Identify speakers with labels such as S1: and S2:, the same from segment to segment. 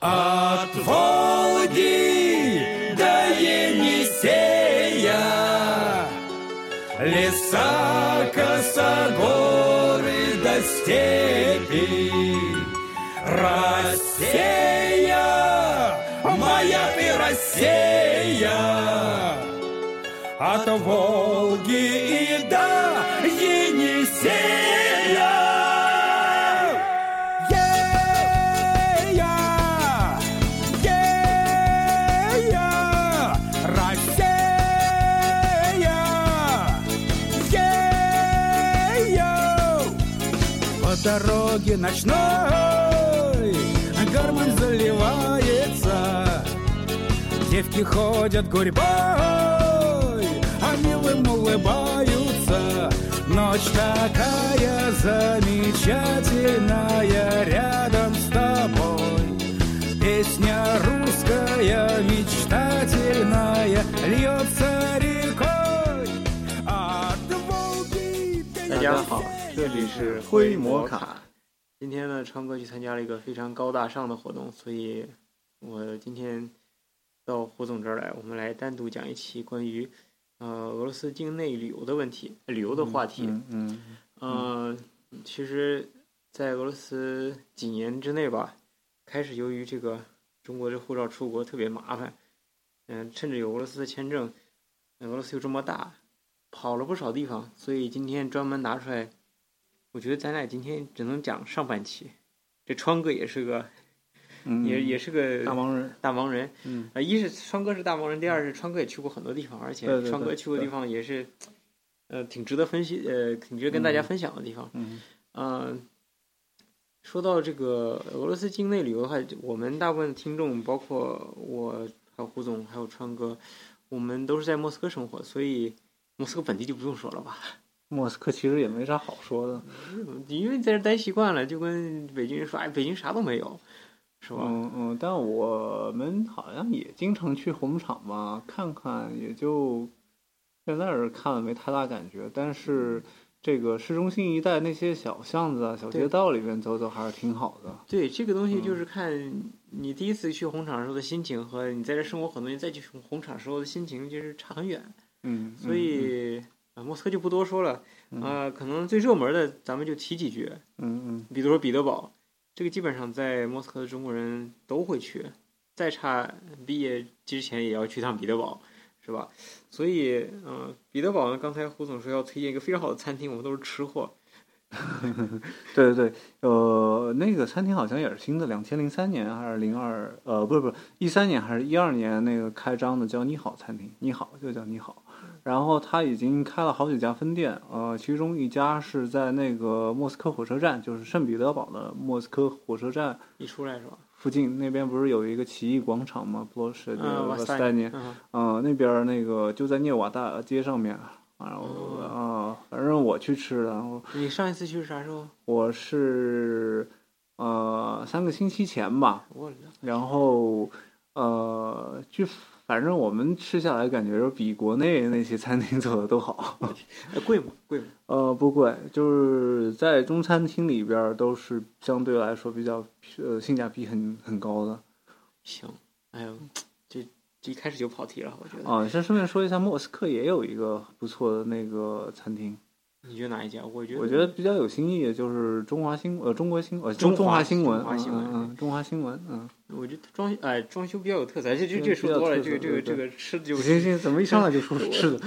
S1: От Волги до Енисея Леса, косогоры до степи Россия, моя ты Россия От Волги и до Енисея Ея! Ея! Россия! Ея! По дороге ночной гармонь заливается Девки ходят гурьбой, а милым улыбаются Ночь такая замечательная рядом с тобой Песня русская, мечтательная, льется рекой От Волги до
S2: 大家好，这里是灰摩
S3: 卡。
S2: 卡。今天呢，川哥去参加了一个非常高大上的活动，所以我今天到胡总这儿来，我们来单独讲一期关于呃俄罗斯境内旅游的问题，呃旅游的话题。
S3: 嗯嗯
S2: 呃，其实，在俄罗斯几年之内吧，开始由于这个中国这护照出国特别麻烦，嗯、趁着有俄罗斯的签证，呃俄罗斯又这么大，跑了不少地方，所以今天专门拿出来，我觉得咱俩今天只能讲上半期。这川哥也是个，
S3: 嗯，
S2: 也也是个
S3: 大忙人。
S2: 大忙人。
S3: 嗯
S2: 呃，一是川哥是大忙人，第二是川哥也去过很多地方，而且
S3: 对对对
S2: 川哥去过的地方也是，呃，挺值得分析，呃，挺值得跟大家分享的地方。
S3: 嗯
S2: 嗯，说到这个俄罗斯境内旅游的话，我们大部分听众，包括我，还有胡总，还有川哥，我们都是在莫斯科生活，所以莫斯科本地就不用说了吧，
S3: 莫斯科其实也没啥好说的。
S2: 因为在这儿待习惯了，就跟北京人说，哎，北京啥都没有，是吧？
S3: 嗯嗯，但我们好像也经常去红场吧，看看也就在那儿看没太大感觉，但是。这个市中心一带那些小巷子啊、小
S2: 嗯对
S3: 街道里面走走还是挺好的。
S2: 对，这个东西就
S3: 嗯
S2: 是看你第一次去红场的时候的心情，和你在这生活很多年再去红红场时候的心情，就是差很远。
S3: 嗯，
S2: 所以啊，莫斯科就不多说了，
S3: 嗯
S2: 啊，可能最热门的咱们就提几句。
S3: 嗯嗯
S2: 比如说彼得堡，这个基本上在莫斯科的中国人都会去，再差毕业之前也要去趟彼得堡，是吧？所以，嗯、彼得堡呢，刚才胡总说要推荐一个非常好的餐厅，我们都是吃货，
S3: 对对对，呃，那个餐厅好像也是新的，两千零三年还是零二，呃，不是不是，一三年还是一二年那个开张的，叫你好餐厅，你好就叫你好。
S2: 嗯
S3: 然后它已经开了好几家分店，呃，其中一家是在那个莫斯科火车站，就是圣彼得堡的莫斯科火车站
S2: 一出来是吧？
S3: 附近，那边不是有一个奇异广场吗？布罗什
S2: 嗯，
S3: 的
S2: 哇
S3: 斯
S2: 塞
S3: 丹尼，
S2: 嗯，
S3: 嗯，那边儿那个就在涅瓦大街上面，然后
S2: 哦
S3: 啊，反正我去吃的，我
S2: 你上一次去是啥时候？
S3: 我是呃三个星期前吧，
S2: 我忘了。
S3: 然后呃，就反正我们吃下来感觉是比国内那些餐厅做的都好。
S2: 哎，贵吗？贵吗？
S3: 呃，不贵，就是在中餐厅里边儿都是相对来说比较呃性价比很很高的。
S2: 行，哎呦，这这一开始就跑题了，我觉得。
S3: 啊，先顺便说一下，莫斯科也有一个不错的那个餐厅，
S2: 你觉得哪一家？我觉得，
S3: 我觉得比较有新意，就是中华新呃中国新呃
S2: 中
S3: 中
S2: 华
S3: 华新闻，
S2: 中华新闻
S3: 嗯嗯嗯，中华新闻，嗯。
S2: 我觉得装哎装修比较有特色，哎这这
S3: 嗯
S2: 这说
S3: 比较
S2: 多了，
S3: 特色
S2: 这个这
S3: 对
S2: 个这个 吃的就
S3: 行行，怎么一上来就 说吃的？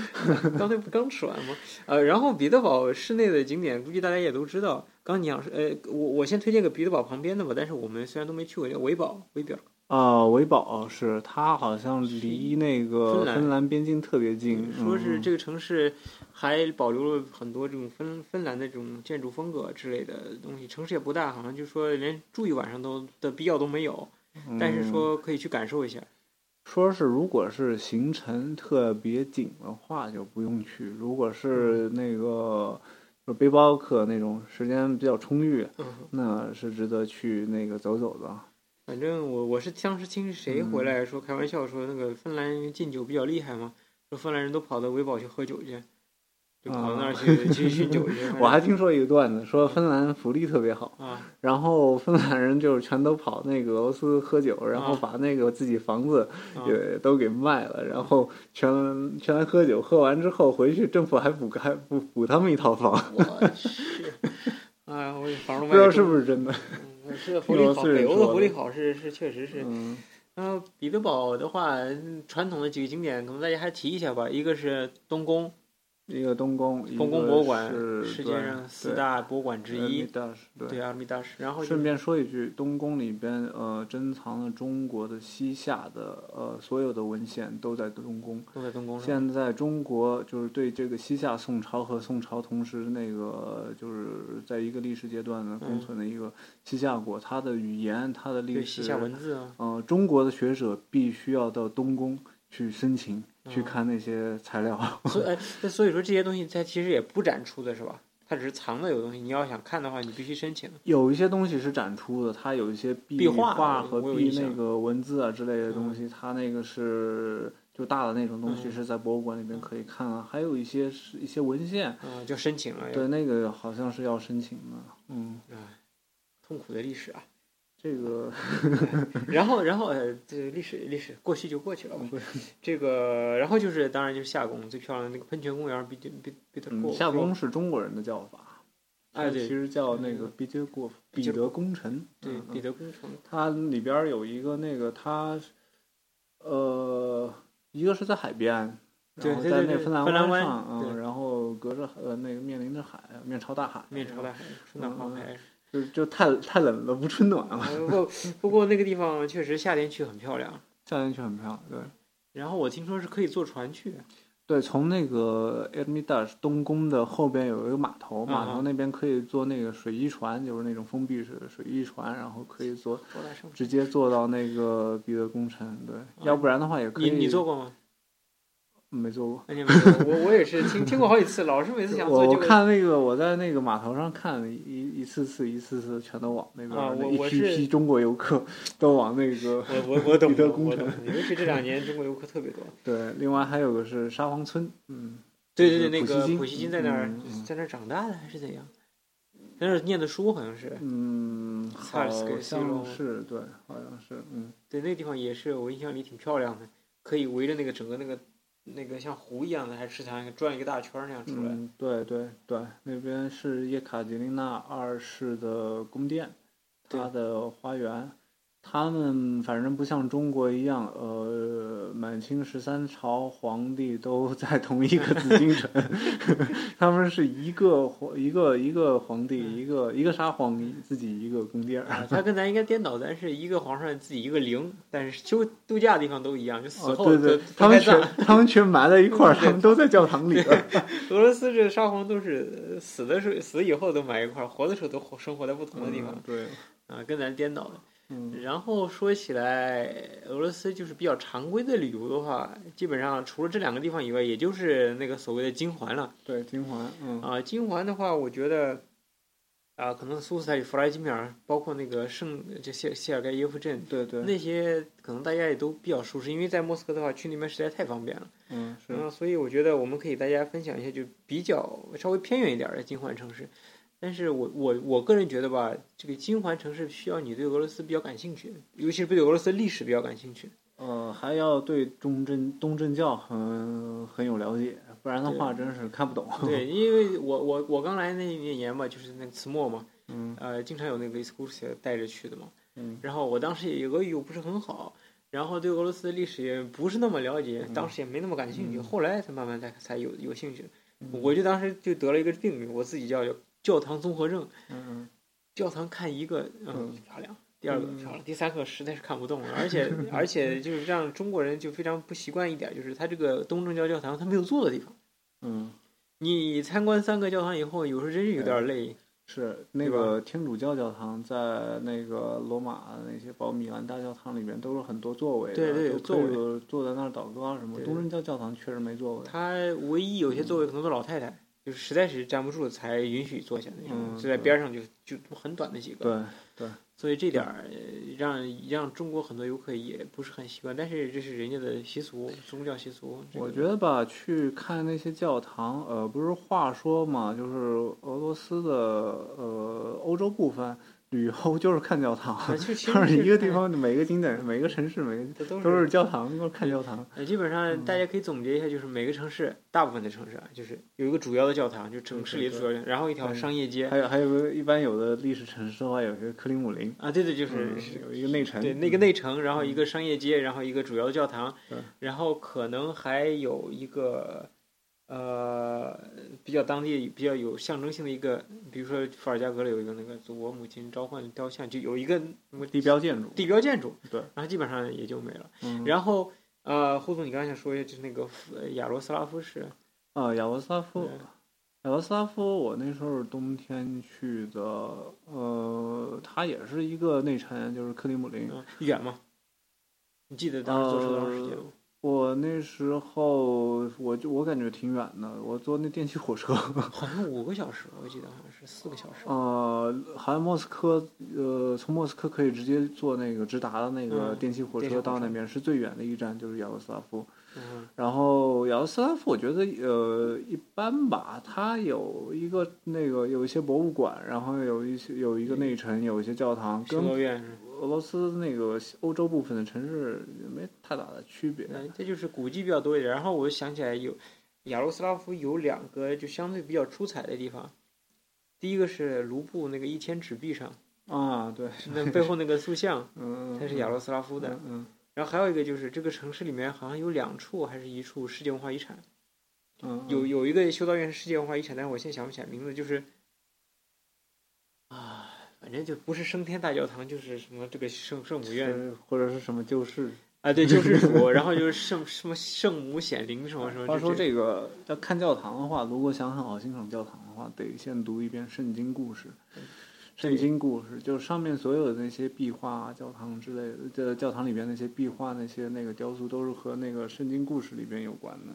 S2: 刚才不刚吃完吗？呃，然后彼得堡市内的景点，估计大家也都知道。刚你想说，呃，我我先推荐个彼得堡旁边的吧，但是我们虽然都没去过，叫维堡，维表，
S3: 啊，维堡是它好像离那个
S2: 芬兰
S3: 芬兰边境特别近，
S2: 说是
S3: 嗯
S2: 这个城市还保留了很多这种芬芬兰的这种建筑风格之类的东西。城市也不大，好像就说连住一晚上都的必要都没有，但是
S3: 嗯
S2: 说可以去感受一下。
S3: 说是如果是行程特别紧的话就不用去，如果是
S2: 嗯
S3: 那个就背包客那种时间比较充裕，
S2: 嗯，
S3: 那是值得去那个走走的。
S2: 反正我我是当时听谁回
S3: 嗯
S2: 来说开玩笑说那个芬兰人禁酒比较厉害嘛，说芬兰人都跑到维堡去喝酒去。就跑到那儿去去酗 酒去
S3: 啊。我还听说一个段子，说芬兰福利特别好，
S2: 啊，
S3: 然后芬兰人就是全都跑那个俄罗斯喝酒，然后
S2: 啊
S3: 把那个自己房子
S2: 啊
S3: 也都给卖了，然后全全来喝酒，喝完之后回去政府还补还补补他们一套 房，
S2: 我去，哎呀，我这 房东
S3: 不知道是
S2: 是？
S3: 不是真的。
S2: 嗯 是狐狸
S3: 听俄罗
S2: 好，
S3: 斯人
S2: 北欧
S3: 说
S2: 的
S3: 的
S2: 狐狸好是是确实是。
S3: 嗯
S2: 然后彼得堡的话，嗯传统的几个景点，可能大家还提一下吧。一个是东宫，
S3: 一个东宫，一
S2: 东宫
S3: 个
S2: 博物馆，
S3: 是
S2: 世界上四。大博物馆之
S3: 对对
S2: 一，
S3: Hermitage，对
S2: 对阿米达什。然后就
S3: 顺便说一句，东宫里边呃珍藏了中国的西夏的呃所有的文献都在东宫。
S2: 都在东宫上。
S3: 现在中国就是对这个西夏、宋朝和宋朝同时那个就是在一个历史阶段呢共
S2: 嗯
S3: 存的一个西夏国，它的语言、它的历
S2: 对
S3: 史
S2: 西，夏文字啊，
S3: 呃，中国的学者必须要到东宫去申请，去
S2: 嗯
S3: 看那些材料。
S2: 所以哎，那所以说这些东西它其实也不展出的是吧？它只是藏的有东西，你要想看的话，你必须申请。
S3: 有一些东西是展出的，它有一些壁
S2: 壁画我
S3: 和
S2: 我有
S3: 壁
S2: 印象
S3: 那个文字啊之类的
S2: 嗯
S3: 东西，它那个是就大的那种东西
S2: 嗯
S3: 是在博物馆里面可以看啊，还有一些是一些文献，
S2: 啊，就申请了，啊
S3: 对，那个好像是要申请的，嗯，
S2: 痛苦的历史啊。
S3: 这个
S2: 然后，然后呃，这历史历史过去就过去了吧。这个，然后就是当然就是夏宫最漂亮的那个喷泉公园，比比比得
S3: 嗯
S2: 过
S3: 夏宫是中国人的叫法，
S2: 哎
S3: 它
S2: 对嗯
S3: 其实叫那个彼得过彼得功臣，
S2: 对
S3: 嗯
S2: 彼得宫城
S3: 它里边儿有一个那个它，呃，一个是在海边，
S2: 对
S3: 然后
S2: 对
S3: 在
S2: 对
S3: 那
S2: 对
S3: 芬兰
S2: 芬兰湾
S3: 上，嗯，
S2: 对
S3: 然后隔着呃那个面临着海，面朝大海，
S2: 面朝大海，春暖花开。
S3: 就就太太冷了，不春暖了。
S2: 呃不不过那个地方确实夏天去很漂亮。
S3: 夏天去很漂亮，对
S2: 然后我听说是可以坐船去的，
S3: 对，从那个 e r m i t a g 东宫的后边有一个码头，码
S2: 嗯
S3: 头
S2: 嗯
S3: 那边可以坐那个水翼船，就是那种封闭式的水翼船，然后可以坐
S2: 多大圣？
S3: 直接坐到那个彼得功臣，对，要不然的话也可以。嗯
S2: 嗯你你坐过吗？
S3: 没坐过？
S2: 哎，你没 坐过我我也是听听过好几次，老是每次想
S3: 我
S2: 坐
S3: 我
S2: 就
S3: 看那个我在那个码头上看一一次次一次次全都往那边
S2: 啊
S3: 儿，那
S2: 我
S3: 一
S2: 我
S3: 批
S2: 是
S3: 批中国游客都往那个
S2: 我我我懂
S3: 彼得
S2: 我
S3: 宫
S2: 我
S3: 城
S2: 懂，尤其这两年中国游客特别多。
S3: 对，另外还有个是沙皇村，嗯，
S2: 对
S3: 就
S2: 对对，
S3: 是
S2: 那
S3: 普
S2: 个
S3: 希
S2: 普希金在那儿
S3: 嗯嗯，
S2: 在那儿长大的还是怎样？在那儿念的书好像是，
S3: 嗯，
S2: 萨
S3: 好
S2: 尔斯克西
S3: 像
S2: 隆
S3: 是对，好像是嗯，
S2: 对，那个地方也是我印象里挺漂亮的，可以围着那个整个那个那个像湖一样的还是池塘转一个大圈儿那样出来。
S3: 嗯，对对对，那边是叶卡捷琳娜二世的宫殿，
S2: 对
S3: 她的花园。他们反正不像中国一样，呃，满清十三朝皇帝都在同一个紫禁 城，他们是一个皇一个一个皇帝，一个一个沙皇自己一个宫殿儿。
S2: 嗯啊，他跟咱应该颠倒，咱是一个皇上自己一个陵，但是休度假的地方都一样，就死
S3: 哦，
S2: 后
S3: 对
S2: 都
S3: 对，他们
S2: 分开
S3: 全
S2: 葬
S3: 他们全埋在一 块儿，他们都在教堂里边儿。
S2: 俄罗斯这沙皇都是呃死的时候死以后都埋一块儿，活的时候都活生活在不同的地方
S3: 嗯、对，
S2: 啊，跟咱颠倒了。
S3: 嗯，
S2: 然后说起来，俄罗斯就是比较常规的旅游的话，基本上除了这两个地方以外，也就是那个所谓的金环了
S3: 对，金环，嗯，
S2: 啊。金环的话，我觉得啊，可能苏斯泰里、弗拉基米尔，包括那个圣这谢谢尔盖耶夫镇
S3: 对对，
S2: 那些，可能大家也都比较熟悉，因为在莫斯科的话，去那边实在太方便了。
S3: 嗯是。
S2: 嗯，所以我觉得我们可以大家分享一下，就比较稍微偏远一点儿的金环城市。但是我我我个人觉得吧，这个金环城市需要你对俄罗斯比较感兴趣，尤其是对俄罗斯历史比较感 兴趣。
S3: 呃，还要对东正东正教很很有了解，不然的话真是看不懂。
S2: 对，因为我我我刚来那那年嘛，就是那个次末嘛，
S3: 嗯
S2: 呃，经常有那个 excursion 带着去的嘛。
S3: 嗯
S2: 然后我当时也俄语又不是很好，然后对俄罗斯历史也不是那么了解，当时也没那么感兴趣，
S3: 嗯
S2: 后来才慢慢才才有有兴趣
S3: 嗯。
S2: 我就当时就得了一个病名，我自己叫教堂综合症。
S3: 嗯，
S2: 教堂看一个，
S3: 嗯
S2: 嗯，漂亮；第二个
S3: 嗯
S2: 漂亮，第三个实在是看不动了。而且 而且就是让中国人就非常不习惯一点，就是他这个东正教教堂他没有坐的地方。
S3: 嗯，
S2: 你参观三个教堂以后，有时候真是有
S3: 哎
S2: 点累。
S3: 是那
S2: 对吧
S3: 个天主教教堂在那个罗马那些包米兰大教堂里面都是很多座位的，
S2: 对对
S3: 都
S2: 有座位
S3: 可以坐在那儿祷告啊什么。
S2: 对
S3: 东正教教堂确实没座位。
S2: 他唯一有些座位可能都是老太太，就是实在是站不住才允许坐下那种，
S3: 嗯
S2: 就在
S3: 对
S2: 边上就就很短的几个。
S3: 对，
S2: 所以这点儿呃让让中国很多游客也不是很习惯，但是这是人家的习俗，宗教习俗。这个
S3: 我觉得吧，去看那些教堂，呃，不是话说嘛，就是俄罗斯的呃欧洲部分旅游就是看教堂，
S2: 啊 就其实
S3: 就是一个地
S2: 看
S3: 方每个景点、每个城市、每个
S2: 这都
S3: 都是教堂，都是看教堂。
S2: 呃，基本
S3: 嗯
S2: 上大家可以总结一下，就是每个城市，大部分的城市啊，就是有一个主要的教堂，就城市里的主要教堂，然后一条
S3: 对
S2: 商业街
S3: 还有还有个一般有的历史城市的话，有一个克里姆林，
S2: 啊，对对，就是
S3: 嗯有一个内城，嗯
S2: 对那个内城，然后一个商业街，然后一个主要的教堂
S3: 对，
S2: 然后可能还有一个呃比较当地比较有象征性的一个，比如说伏尔加格里有一个那个祖国母亲召唤雕像，就有一个什么
S3: 地标建筑，
S2: 地标建筑，
S3: 对，
S2: 然后基本上也就没了。
S3: 嗯
S2: 然后呃，胡总，你刚才想说一下，就是那个呃亚罗斯拉夫市，
S3: 啊，雅罗斯拉夫
S2: 嗯，
S3: 雅罗斯拉夫，我那时候是冬天去的，呃，它也是一个内城，就是克里姆林。
S2: 嗯，远吗？你记得当时坐车多长时间吗？
S3: 我那时候我就我感觉挺远的，我坐那电气火车，
S2: 呃好像五个小时，我记得好像是四个小时。
S3: 呃，好像莫斯科，呃，从莫斯科可以直接坐那个直达的那个
S2: 嗯
S3: 电气火
S2: 电气火
S3: 车到
S2: 车
S3: 那边，是最远的一站，就是雅罗斯拉夫。
S2: 嗯，
S3: 然后雅罗斯拉夫，我觉得呃一般吧，它有一个那个有一些博物馆，然后有一些有一个内城，有一些教堂，
S2: 修
S3: 跟
S2: 道嗯院是吧
S3: 俄罗斯那个欧洲部分的城市没太大的区别。
S2: 嗯，这就是古迹比较多一点。然后我想起来有亚罗斯拉夫有两个就相对比较出彩的地方，第一个是卢布那个一千纸币上，
S3: 啊，对，
S2: 那背后那个塑像，
S3: 嗯，
S2: 它是亚罗斯拉夫
S3: 斯
S2: 的。
S3: 嗯
S2: 然后还有一个就是这个城市里面好像有两处还是一处世界文化遗产，
S3: 嗯，
S2: 有有一个修道院是世界文化遗产，但是我现在想不起来名字，就是啊，反正就不是升天大教堂，就是什么这个圣圣母院
S3: 是或者是什么旧事。
S2: 啊，对，救世主，然后就是圣什么圣母显灵什么什么。
S3: 啊话说
S2: 这
S3: 这个要看教堂的话，如果想好欣赏教堂的话，得先读一遍圣经故事。圣经故事就是上面所有的那些壁画啊、教堂之类的，这教堂里边那些壁画、那些那个雕塑都是和那个圣经故事里边有关的。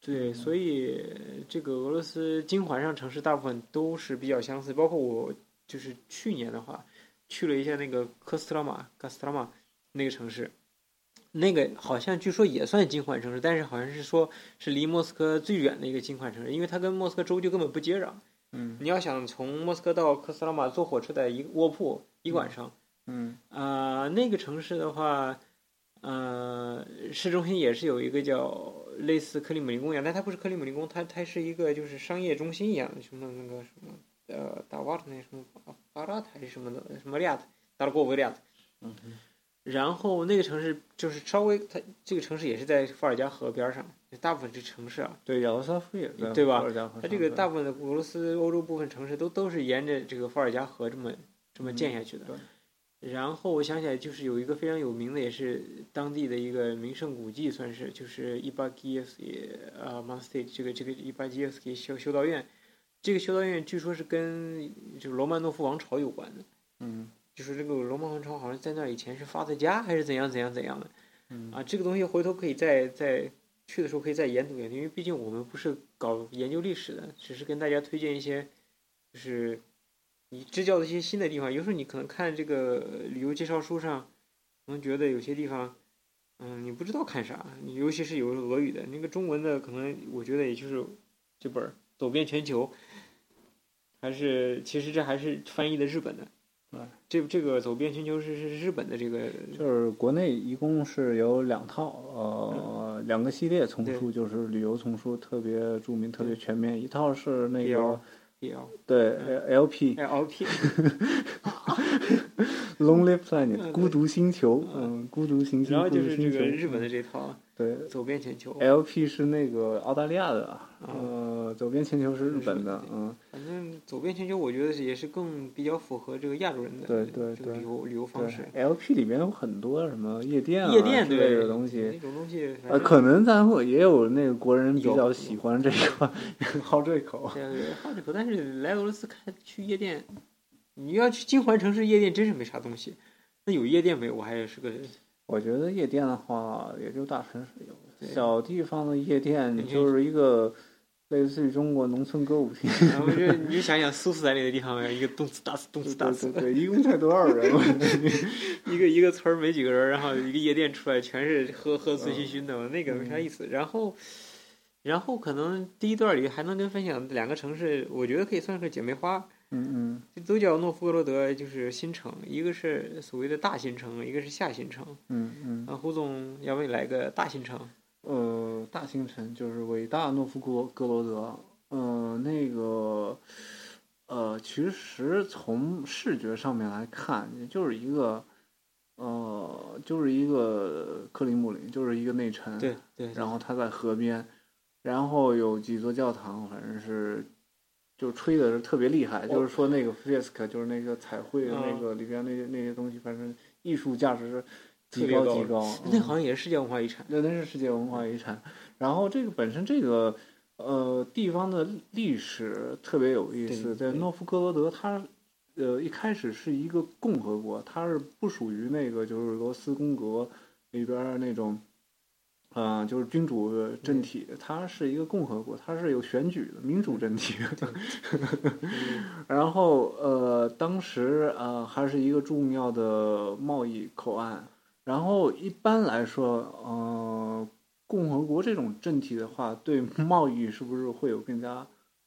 S2: 对，
S3: 嗯
S2: 所以呃这个俄罗斯金环上城市大部分都是比较相似，包括我就是去年的话，去了一下那个科斯特拉玛、卡斯特拉玛那个城市，那个好像据说也算金环城市，但是好像是说是离莫斯科最远的一个金环城市，因为它跟莫斯科州就根本不接壤。
S3: 嗯
S2: 你要想从莫斯科到科斯特拉玛坐火车得一个卧铺一晚上，
S3: 嗯
S2: 啊，那个城市的话，呃，市中心也是有一个叫类似克里姆林宫一样，但它不是克里姆林宫，它它是一个就是商业中心一样的，什么那个什么呃，达瓦特那什么巴拉特还是什么的什么利亚特，达尔戈维利亚特。
S3: 嗯
S2: 然后那个城市就是稍微，它这个城市也是在伏尔加河边上，就大部分这城市啊，
S3: 对，雅罗斯拉夫也在
S2: 对吧
S3: 伏尔加河
S2: 它
S3: 上
S2: 这个
S3: 嗯对
S2: 大部分的俄罗斯欧洲部分城市都都是沿着这个伏尔加河这么这么建下去的。
S3: 嗯
S2: 然后我想起来，就是有一个非常有名的，也是当地的一个名胜古迹，算是就是伊巴基耶夫斯基呃 m o n s t e r 这个这个伊巴基耶夫斯基修修道院，这个修道院据说是跟就是罗曼诺夫王朝有关的，
S3: 嗯
S2: 就是这个罗曼王朝好像在那儿以前是发的家还是怎样怎样怎样的。
S3: 嗯
S2: 啊，这个东西回头可以再再去的时候可以再研读研究，因为毕竟我们不是搞研究历史的，只是跟大家推荐一些就是你支教的一些新的地方。有时候你可能看这个旅游介绍书上，可能觉得有些地方，嗯，你不知道看啥，你尤其是有俄语的那个中文的，可能我觉得也就是这本儿《走遍全球》，还是其实这还是翻译的日本的。
S3: 对
S2: 这这个走遍全球是是是日本的这个
S3: 就是国内一共是有两套，呃，两个系列丛书，就是旅游丛书，特别著名、特别全面。一套是那
S2: BL
S3: 个
S2: BL
S3: 对 LP
S2: L 哎 P
S3: Lonely
S2: 嗯
S3: Planet
S2: 对
S3: 孤独星球，
S2: 嗯
S3: 嗯，孤独行星，
S2: 然后
S3: 孤
S2: 就
S3: 独
S2: 是
S3: 星
S2: 这个
S3: 球
S2: 日本的这套
S3: 对
S2: 走遍全球，
S3: LP 是那个澳大利亚的，
S2: 嗯
S3: 呃，走遍全球是日本
S2: 日
S3: 的
S2: 本，
S3: 嗯，
S2: 反正走遍全球，我觉得是也是更比较符合这个亚洲人的
S3: 对对
S2: 这个
S3: 对
S2: 旅游旅游方
S3: 对
S2: 式。
S3: LP 里面有很多什么夜店、啊、
S2: 夜店
S3: 之
S2: 对
S3: 类的东西
S2: 那。种东西，
S3: 呃，可能咱会也有那个国人比
S2: 有
S3: 较喜欢这个， 好这口。
S2: 这个好几个，但是来俄罗斯看去夜店，你要去金环城市夜店，真是没啥东西。那有夜店没有？我还是个
S3: 我觉得夜店的话，也就大城市有，
S2: 对
S3: 小地方的夜店
S2: 嗯
S3: 就是一个类似于中国农村歌舞 厅。
S2: 然后就你就想想苏斯在那个地方，一个动次打次，动次打
S3: 对
S2: 次
S3: 对，对，一共才多少人？
S2: 一个一个村儿没几个人，然后一个夜店出来全是喝喝醉
S3: 嗯
S2: 醺醺的，那个没啥意思。然后，然后可能第一段里还能跟分享两个城市，我觉得可以算是姐妹花，
S3: 嗯
S2: 就都叫诺夫哥罗德，就是新城，一个是所谓的大新城，一个是下新城。
S3: 嗯嗯嗯。
S2: 啊，胡总，要不你来个大新城？
S3: 呃，大星辰就是伟大诺夫哥哥罗德。呃，那个，呃，其实从视觉上面来看，也就是一个，呃，就是一个克里姆林，就是一个内城。
S2: 对对，
S3: 然后它在河边，然后有几座教堂，反正是就吹的是特别厉害，就是说那个 fresco 就是那个彩绘的那
S2: 哦嗯
S3: 个里边那些那些东西，反正艺术价值是
S2: 特
S3: 极
S2: 别
S3: 高
S2: 高
S3: 极高。
S2: 那
S3: 嗯
S2: 好像也是世界文化遗产。
S3: 对，那是世界文化遗产。然后这个本身这个呃地方的历史特别有意
S2: 对
S3: 思，
S2: 对
S3: 在诺夫哥罗德它。呃，一开始是一个共和国，它是不属于那个就是俄罗斯公国里边儿那种，啊、就是君主政体，它是一个共和国，它是有选举的民主政体。然后呃，当时呃还是一个重要的贸易口岸。然后一般来说，呃，共和国这种政体的话，对贸易是不是会有更加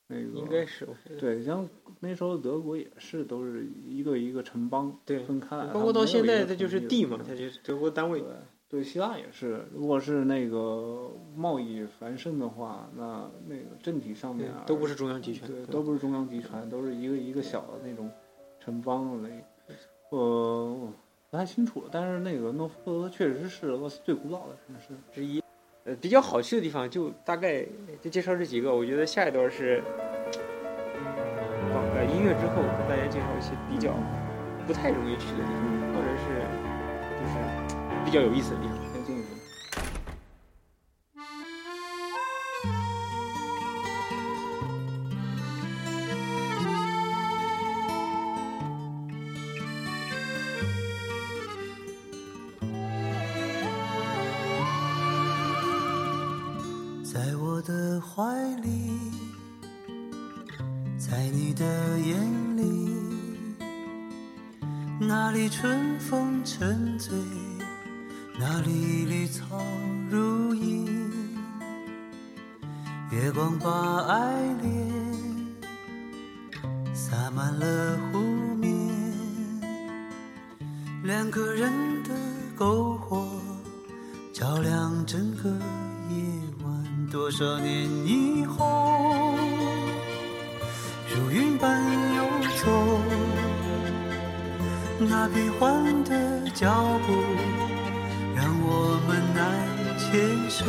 S3: 那个？
S2: 应该是我觉得
S3: 对，像那时候德国也是都是一个一个城邦
S2: 对
S3: 分开来，它
S2: 包括
S3: 没有
S2: 到现
S3: 一
S2: 在，
S3: 个
S2: 它就是
S3: 统一的
S2: 地嘛，
S3: 那
S2: 它
S3: 种
S2: 就是德国单位
S3: 对。对，希腊也是。如果是那个贸易繁盛的话，那那个政体上面啊
S2: 嗯
S3: 而
S2: 都不是中央集权
S3: 对，，
S2: 吧
S3: 都不是中央集权，都是一个一个小的那种城邦的。呃，不太清楚，但是那个诺夫哥罗德确实是俄罗斯最古老的城市。
S2: 之一。呃，比较好去的地方就大概就介绍这几个。我觉得下一段是，嗯，放个音乐之后跟大家介绍一些比较不太容易去的地方，或者是就是比较有意思的地方。
S3: 先进一步。
S4: 在我的怀里，在你的眼里，哪里春风沉醉，哪里绿草如茵。月光把爱恋洒满了湖面，两个人的篝火。照亮整个夜晚。多少年以后，如云般游走，那变幻的脚步让我们难牵手。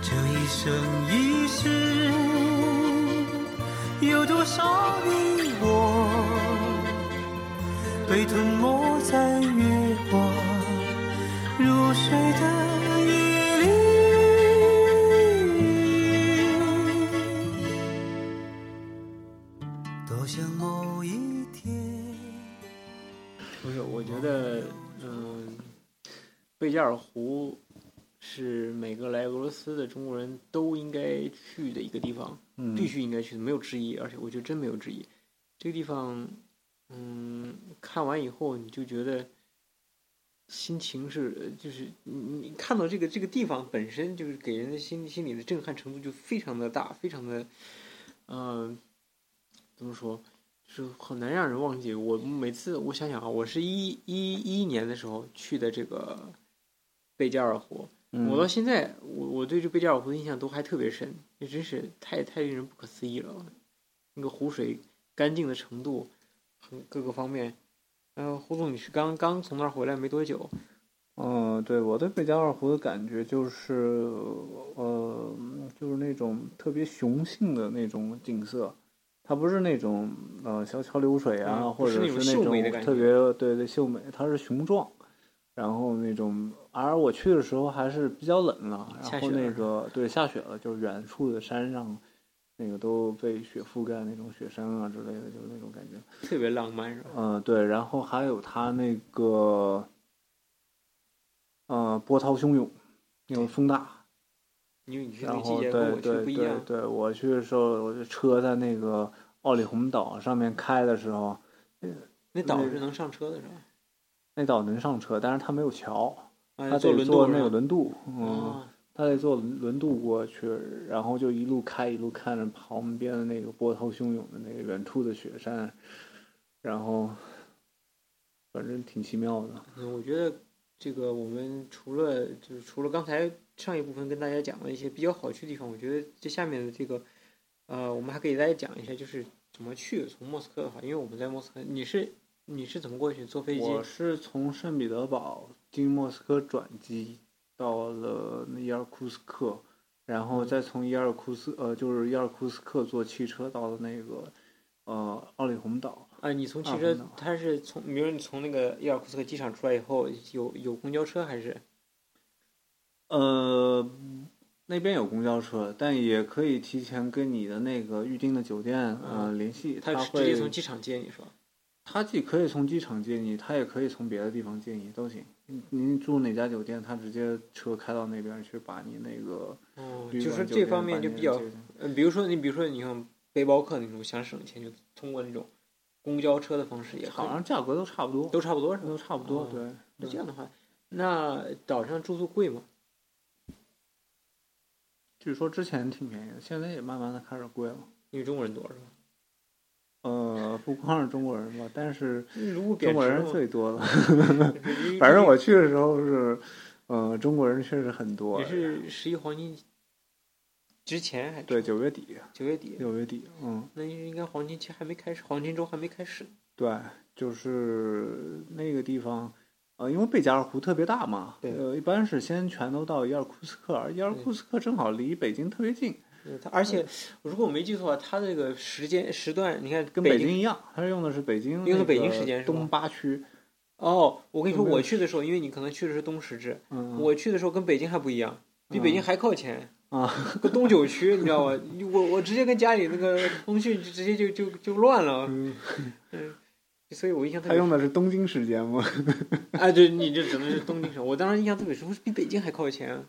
S4: 这一生一世，有多少你我被吞没在月光？入睡的夜里，多想某一天。
S2: 不是，我觉得，嗯，贝加尔湖是每个来俄罗斯的中国人都应该去的一个地方，
S3: 嗯，
S2: 必须应该去的，没有之一。而且我觉得真没有之一。这个地方，嗯，看完以后你就觉得心情是，呃就是你你看到这个这个地方本身就是给人的心心里的震撼程度就非常的大，非常的，嗯、怎么说，就是很难让人忘记。我每次我想想啊，我是一一一年的时候去的这个贝加尔湖，
S3: 嗯
S2: 我到现在，我我对这贝加尔湖的印象都还特别深，也真是太太令人不可思议了。那个湖水干净的程度，很各个方面。呃，胡总，你是刚刚从那儿回来没多久，
S3: 嗯，对，我对贝加尔湖的感觉就是，呃，就是那种特别雄性的那种景色，它不是那种呃小桥流水啊，
S2: 嗯不
S3: 或
S2: 是
S3: 者
S2: 那
S3: 是
S2: 种
S3: 那
S2: 秀
S3: 种
S2: 美的感
S3: 特
S2: 觉
S3: 别对对秀美，它是雄壮，然后那种，而我去的时候还是比较冷了，然
S2: 下
S3: 后
S2: 雪了
S3: 那
S2: 是吧
S3: 个对下雪了，就是远处的山上那个都被雪覆盖那种雪山啊之类的，就是那种感觉。
S2: 特别浪漫是吧？
S3: 嗯，对，然后还有它那个，呃，波涛汹涌，那种风大，
S2: 因为你去那
S3: 然
S2: 个季
S3: 后
S2: 节
S3: 对
S2: 跟我
S3: 对
S2: 去的不一
S3: 对
S2: 样。
S3: 对，我去的时候，我的车在那个奥里洪岛上面开的时候，
S2: 那岛
S3: 那
S2: 是能上车的是吧？
S3: 那岛能上车，但是它没有桥，
S2: 啊，
S3: 它
S2: 坐
S3: 得
S2: 轮
S3: 坐
S2: 渡
S3: 那个
S2: 是吧？
S3: 轮渡，嗯，
S2: 啊，
S3: 它得坐轮轮渡过去，然后就一路开一路看着旁边的那个波涛汹涌的那个远处的雪山，然后反正挺奇妙的。
S2: 嗯，我觉得这个我们除了就是除了刚才上一部分跟大家讲的一些比较好去的地方，我觉得这下面的这个，呃，我们还可以给大家讲一下，就是怎么去从莫斯科的话，因为我们在莫斯科，你是你是怎么过去？坐飞机？
S3: 我是从圣彼得堡经莫斯科转机到了那伊尔库斯克，然后再从伊尔库斯呃就是伊尔库斯克坐汽车到了那个呃奥里洪岛。
S2: 啊，你从汽
S3: 二
S2: 车
S3: 分钟，
S2: 它是从，比如你从那个伊尔库斯克机场出来以后，有有公交车还是？
S3: 呃，那边有公交车，但也可以提前跟你的那个预定的酒店呃联系，
S2: 它
S3: 他
S2: 是直接
S3: 会
S2: 从机场接你是吧？
S3: 他既可以从机场接你，他也可以从别的地方接你都行。您您住哪家酒店，他直接车开到那边去把你那个
S2: 哦，
S3: 旅
S2: 就
S3: 馆
S2: 是
S3: 酒
S2: 这
S3: 店
S2: 方
S3: 把
S2: 面就
S3: 你
S2: 比
S3: 的
S2: 较
S3: 酒，店
S2: 嗯，比如说你，比如说你像背包客那种想省钱，就通过那种公交车的方式也可
S3: 好
S2: 以，
S3: 像价格都差不多，
S2: 都差不多是吧？
S3: 都差不多。
S2: 哦
S3: 对，
S2: 那这样的话，那岛上住宿贵吗？
S3: 据说之前挺便宜的，现在也慢慢的开始贵了。
S2: 因为中国人多是吧？
S3: 呃，不光是中国人吧，但是
S2: 嗯如果贬
S3: 中
S2: 值
S3: 国
S2: 了
S3: 人
S2: 嘛，
S3: 最多了。
S2: 因为
S3: 反正
S2: 毕
S3: 我去的时候是，呃，中国人确实很
S2: 竟
S3: 多
S2: 也。是十一黄金之前还是
S3: 对，九月底，
S2: 九月底，
S3: 六月底，嗯，
S2: 那应该黄金期还没开始，黄金周还没开始。
S3: 对，就是那个地方，呃，因为贝加尔湖特别大嘛，
S2: 对
S3: 呃，一般是先全都到伊尔库斯克，而伊尔库斯克正好离北京特别近，
S2: 嗯，它而且如果我没记错，它这个时间时段，你看
S3: 跟
S2: 北
S3: 北京一样，它是用的是北京，
S2: 用的北京时间是吧
S3: 东八区，
S2: 哦，我跟你
S3: 嗯都
S2: 说，
S3: 没有
S2: 我去的时候，因为你可能去的是东时制，
S3: 嗯，
S2: 我去的时候跟北京还不一样，比北京还靠前
S3: 啊，
S2: 跟东九区，你知道吗？我我直接跟家里那个通讯就直接就就就乱了，
S3: 嗯
S2: 嗯，所以我印象特
S3: 他
S2: 别
S3: 用的是东京时间吗？
S2: 啊，对，你这指的是东京省。我当时印象特别深，我是比北京还靠前。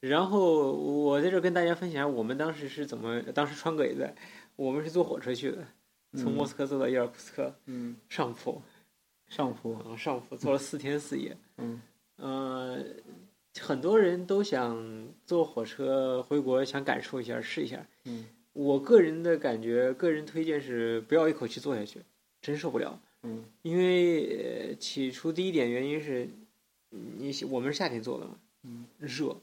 S2: 然后我在这儿跟大家分享，我们当时是怎么，当时川哥也在，我们是坐火车去的，从莫斯科坐到伊尔库斯克，
S3: 嗯，
S2: 上铺，
S3: 上铺，
S2: 嗯，上铺坐了四天四夜。
S3: 嗯，
S2: 呃，很多人都想坐火车回国，想感受一下，试一下。
S3: 嗯，
S2: 我个人的感觉，个人推荐是不要一口气坐下去，真受不了。
S3: 嗯，
S2: 因为呃起初第一点原因是，你我们是夏天做的嘛，
S3: 嗯，
S2: 热，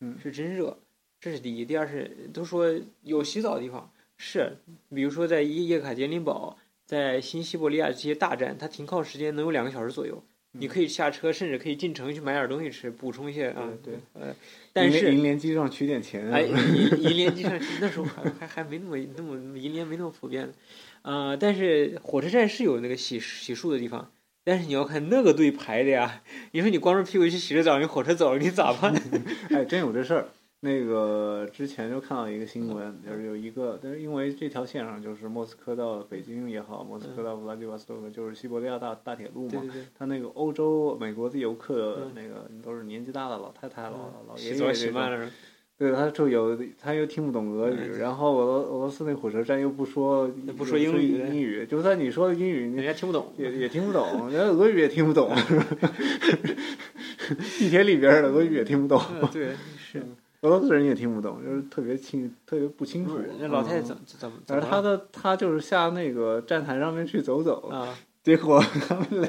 S3: 嗯
S2: 是真热，这是第一。第二是都说有洗澡的地方是，
S3: 嗯
S2: 比如说在伊叶卡捷琳堡、在新西伯利亚这些大站，它停靠时间能有两个小时左右。
S3: 嗯
S2: 你可以下车，甚至可以进城去买点东西吃，补充一些啊。
S3: 对对
S2: 呃，但是
S3: 银联机上取点钱、 啊
S2: 哎，银银联机上那时候还还还没那么那么银联没那么普遍，呃，但是火车站是有那个洗洗漱的地方，但是你要看那个队排的呀，你说你光着屁股去洗着澡，你火车走了你咋办？
S3: 哎，真有这事儿。那个之前就看到一个新闻，就是有一个，但是因为这条线上就是莫斯科到北京也好，莫斯科到弗拉迪瓦斯托克，就是西伯利亚大大铁路
S2: 对
S3: 嘛
S2: 对。对，
S3: 它那个欧洲、美国的游客
S2: 嗯，
S3: 那个都是年纪大的老太太、老老爷
S2: 洗
S3: 爷
S2: 澡
S3: 这
S2: 洗
S3: 种
S2: 慢了是吧，
S3: 对，他就有，他又听不懂俄语，
S2: 嗯
S3: 然后俄罗俄罗斯那火车站又不说
S2: 又哎不
S3: 不
S2: 说英语
S3: 英语就算你说英语，
S2: 人
S3: 你
S2: 家听不懂。
S3: 也也听不懂，人家俄语也听不懂， 地铁里边儿的俄语也听不懂，
S2: 呃 对，是，
S3: 俄罗斯人也听不懂，就是特别清，特别不清楚
S2: 不是。那老太太
S3: 嗯
S2: 怎么怎么？
S3: 但是他的他就是下那个站台上面去走走，
S2: 啊，
S3: 结果他们来，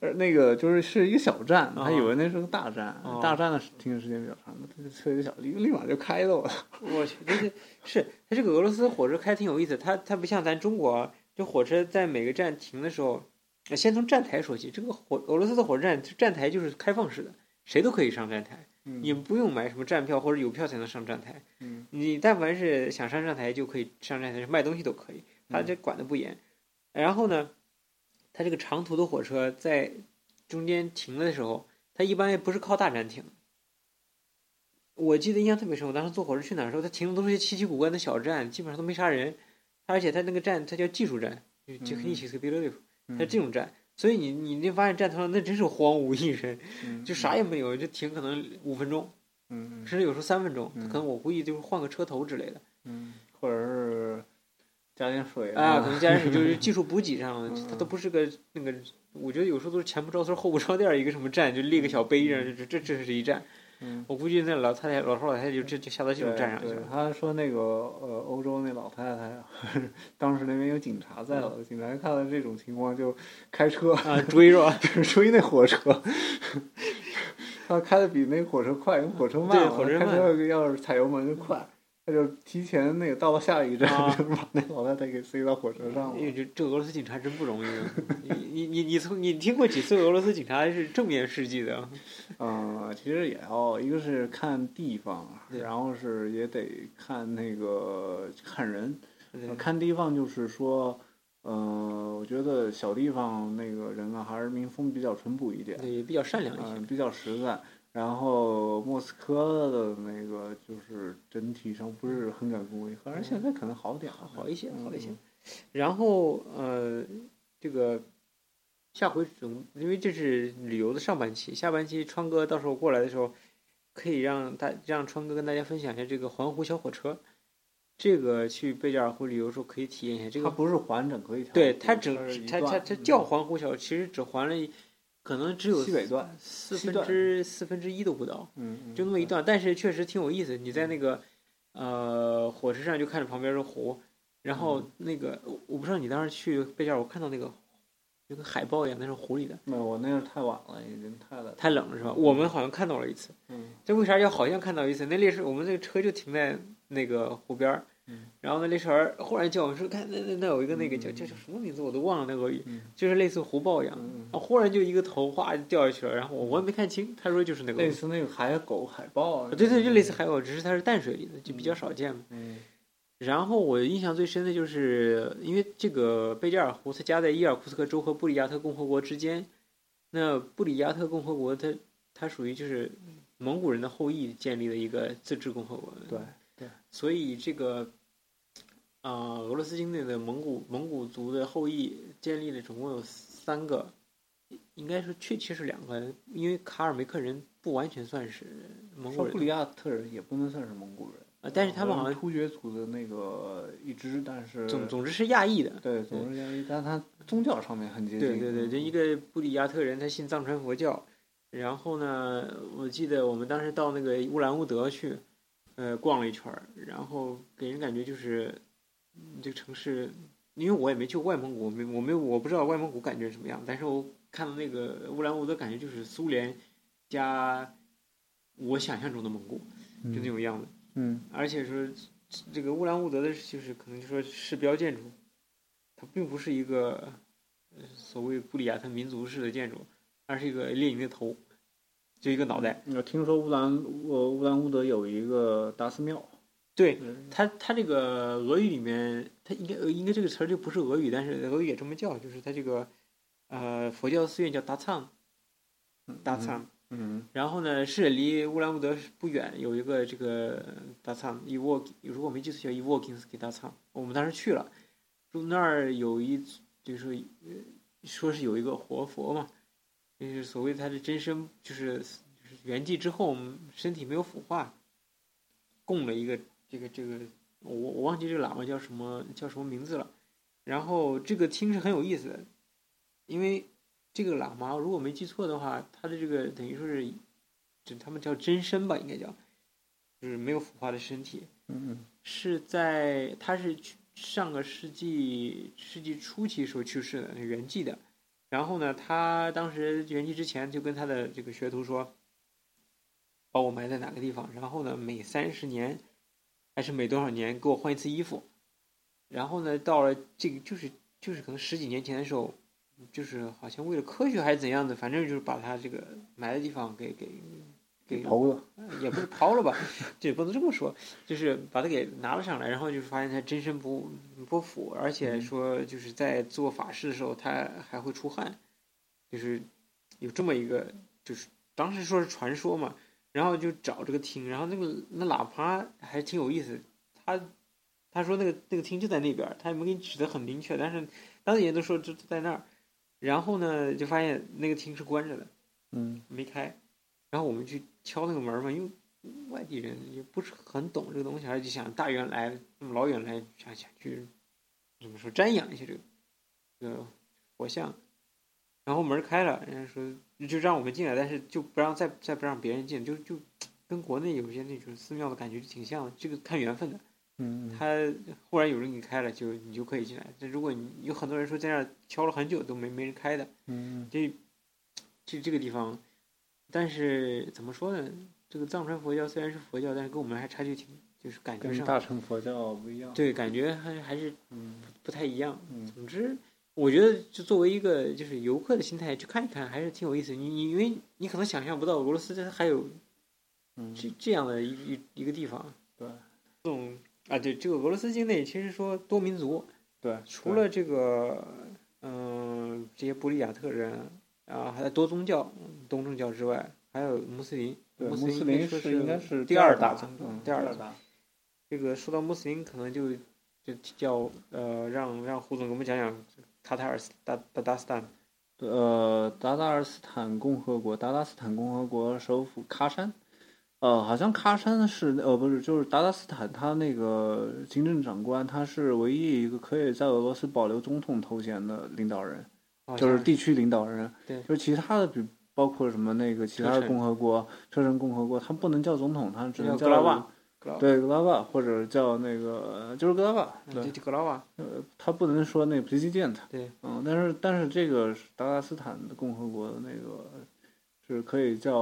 S3: 呃那个就是是一个小站，
S2: 啊
S3: 他以为那是个大站，
S2: 啊
S3: 大站的停的时间比较长，他就特别小，立立马就开到了。
S2: 我去，这是是它这个俄罗斯火车开挺有意思，它它不像咱中国啊，这火车在每个站停的时候，呃先从站台说起。这个火俄罗斯的火车站站台就是开放式的，谁都可以上站台，你不用买什么站票或者有票才能上站台。
S3: 嗯
S2: 你但凡是想上站台就可以上站台，卖东西都可以，它这管的不严。然后呢，它这个长途的火车在中间停的时候，它一般也不是靠大站停。我记得印象特别深，我当时坐火车去哪儿的时候，它停的都是些稀奇古怪的小站，基本上都没啥人。它而且它那个站，它叫技术站，就就很一起 b i l i
S3: 嗯
S2: 它是这种站，所以你你就发现站头上那真是荒无一人，
S3: 嗯
S2: 就啥也没有，就停可能五分钟，
S3: 嗯
S2: 甚至有时候三分钟，
S3: 嗯
S2: 可能我估计就是换个车头之类的。
S3: 嗯，或者是加点水
S2: 啊，可
S3: 啊
S2: 能加上你就是技术补给上了，
S3: 嗯
S2: 它都不是个那个，我觉得有时候都是前不着村后不着店，一个什么站就立个小碑上，这这这是一站。
S3: 嗯，
S2: 我估计那老太太、老头老太太就这就下到这种
S3: 对
S2: 站上去
S3: 对
S2: 了。
S3: 他说那个呃，欧洲那老太太， 当时那边有警察在
S2: 嗯
S3: 了，警察看到这种情况就开车，
S2: 啊，追是吧？
S3: 就是追那火车。 他开的比那火车快，因为火车慢
S2: 对
S3: 嘛，
S2: 火车
S3: 开
S2: 慢
S3: 车要是踩油门就快，他就提前那个到了下一个站，
S2: 啊哎
S3: 就把那老太太给塞到火车上
S2: 因为
S3: 了。
S2: 这这俄罗斯警察真不容易啊。你你你你从你听过几次俄罗斯警察是正面事 迹的啊？
S3: 嗯、其实也要一个是看地方，啊
S2: 对
S3: 然后是也得看那个看人，
S2: 对
S3: 看地方就是说，呃，我觉得小地方那个人啊，还是民风比较淳朴一点，
S2: 对，也比较善良一
S3: 嗯、
S2: 些。
S3: 比较实在。然后莫斯科的那个就是整体上不是很敢工业化，而现在可能好点了，
S2: 好一些，好一些
S3: 嗯。
S2: 然后呃，这个下回总因为这是旅游的上半期，下半期川哥到时候过来的时候，可以让大让川哥跟大家分享一下这个环湖小火车，这个去贝加尔湖旅游的时候可以体验一下这
S3: 它
S2: 个。
S3: 不是环整个一条路，
S2: 对，它
S3: 它是
S2: 整
S3: 一
S2: 它它
S3: 段
S2: 它
S3: 嗯
S2: 叫环湖小，其实只环了一，可能只有
S3: 西北段，
S2: 四
S3: 西
S2: 分
S3: 段
S2: 之四分之一都不到。
S3: 嗯，嗯
S2: 就那么一，段，但是确实挺有意思。你在那个呃火车上就看着旁边的湖，然后
S3: 嗯
S2: 那个我我不知道你当时去贝加尔，我看到那个有个海报一样，那是湖里的，
S3: 那嗯我那是太晚了，已经太晚了，
S2: 太冷了是吧？我们好像看到了一次，
S3: 嗯
S2: 这为啥叫好像看到一次？那列车我们那个车就停在那个湖边儿
S3: 嗯，
S2: 然后那列车员忽然叫我们说，看那那那有一个那个叫
S3: 嗯
S2: 叫叫什么名字我都忘了，那俄语
S3: 嗯
S2: 就是类似湖泊一样。
S3: 嗯，
S2: 啊！忽然就一个头哗就掉下去了，然后我我也没看清，他说就是那
S3: 嗯
S2: 个
S3: 类
S2: 俄语，
S3: 似那个海狗海豹啊，
S2: 对对，就类似海狗，只是它是淡水里的，就比较少见嘛。
S3: 嗯，
S2: 然后我印象最深的就是，因为这个贝加尔湖它夹在伊尔库茨克州和布里亚特共和国之间。那布里亚特共和国它它属于就是蒙古人的后裔建立的一个自治共和国。
S3: 对，
S2: 所以这个啊、呃俄罗斯境内的蒙古蒙古族的后裔建立了总共有三个，应该说确切是两个，因为卡尔梅克人不完全算是蒙
S3: 说
S2: 古
S3: 布里哦
S2: 人，
S3: 亚特人也不能算是蒙古人，
S2: 啊，但是他们好像
S3: 突厥族的那个一支，但是
S2: 总总之是亚裔的。
S3: 对总之原因，但他宗教上面很接近。嗯
S2: 对对对，这一个嗯布里亚特人，他信藏传佛教。然后呢，我记得我们当时到那个乌兰乌德去，呃，逛了一圈儿，然后给人感觉就是嗯这个城市，因为我也没去过外蒙古，我没我没有我不知道外蒙古感觉什么样，但是我看到那个乌兰乌德，感觉就是苏联加我想象中的蒙古，就那
S3: 嗯
S2: 种样子。
S3: 嗯
S2: 而且说这个乌兰乌德的，就是可能就说市标建筑，它并不是一个呃所谓布里亚特民族式的建筑，而是一个列宁的头，就一个脑袋。
S3: 我听说乌兰乌呃乌兰乌德有一个达斯庙，
S2: 对
S3: 嗯
S2: 它，它这个俄语里面，它应该呃应该这个词儿就不是俄语，但是俄语也这么叫，就是它这个呃佛教寺院叫达仓，达仓。
S3: 嗯
S2: 然后呢，是离乌兰乌德不远有一个这个大仓伊沃，如果我没记错叫伊沃金斯基大仓，我们当时去了，住那儿有一就是说呃说是有一个活佛嘛，就是所谓他的真身就是就是圆寂之后身体没有腐化，供了一个这个这个我我忘记这个喇嘛叫什么叫什么名字了，然后这个听是很有意思的，因为这个喇嘛，如果没记错的话，他的这个等于说是，就他们叫真身吧，应该叫，就是没有腐化的身体，
S3: 嗯
S2: 是在他是去上个世纪世纪初期时候去世的，那圆寂的。然后呢，他当时圆寂之前就跟他的这个学徒说，把我埋在哪个地方，然后呢，每三十年还是每多少年给我换一次衣服。然后呢，到了这个就是就是可能十几年前的时候，就是好像为了科学还是怎样的，反正就是把他这个埋的地方给给给
S3: 嗯，猴子，
S2: 也不是刨了吧， 这也不能这么说，就是把它给拿了上来，然后就是发现它真身不不腐，而且说就是在做法事的时候，它还会出汗，就是有这么一个，就是当时说是传说嘛，然后就找这个厅，然后那个那喇嘛还挺有意思，他他说那个那个厅就在那边儿，他也没给你指的很明确，但是当地人都说就就在那儿，然后呢就发现那个厅是关着的。
S3: 嗯
S2: 没开，然后我们去敲那个门嘛，因为外地人也不是很懂这个东西，还是就想大远来那么老远来，想想去怎么说瞻仰一下这个这个佛像。然后门开了，人家说就让我们进来，但是就不让再再不让别人进，就就跟国内有些那种寺庙的感觉就挺像的，这个看缘分的。
S3: 嗯，
S2: 他忽然有人给你开了，就你就可以进来。但如果你有很多人说在那儿敲了很久都没没人开的，
S3: 嗯
S2: 这这这个地方，但是怎么说呢？这个藏传佛教虽然是佛教，但是跟我们还差距挺，就是感觉
S3: 跟
S2: 上
S3: 大乘佛教不一样。，
S2: 对感觉还还是
S3: 嗯
S2: 不太一样。
S3: 嗯
S2: 总之，我觉得就作为一个就是游客的心态去看一看，还是挺有意思。你你因为你可能想象不到俄罗斯它还有
S3: 嗯，
S2: 这这样的一一一个地方
S3: 对
S2: 这种啊，对这个俄罗斯境内其实说多民族，
S3: 对，
S2: 除了这个，嗯、这些布里亚特人啊，还有多宗教、嗯东正教之外，还有穆斯林。
S3: 对
S2: 穆
S3: 穆斯
S2: 林
S3: 林
S2: 应该说
S3: 应该是
S2: 第
S3: 二大
S2: 大宗教
S3: 嗯，
S2: 第
S3: 二
S2: 大宗。这个说到穆斯林，可能就就叫呃，让让胡总给我们讲讲塔塔尔斯达达达斯坦。
S3: 呃，达达尔斯坦共和国，达达斯坦共和国首府喀山。呃，好像喀山是呃不是，就是达达斯坦，他那个行政长官，他是唯一一个可以在俄罗斯保留总统头衔的领导人，
S2: 好
S3: 就是
S2: 啊像
S3: 地区领导人。
S2: 对
S3: 就是其他的，比包括什么那个其他
S2: 车
S3: 的
S2: 臣
S3: 共和国，车臣共和国，他不能叫总统，他只能
S2: 叫格拉瓦，
S3: 对格拉瓦，或者叫那个就是格拉瓦，对
S2: 嗯，就格拉瓦。
S3: 呃，他不能说那 president，
S2: 对，
S3: 嗯，但是但是这个是达达斯坦的共和国的那个是可以叫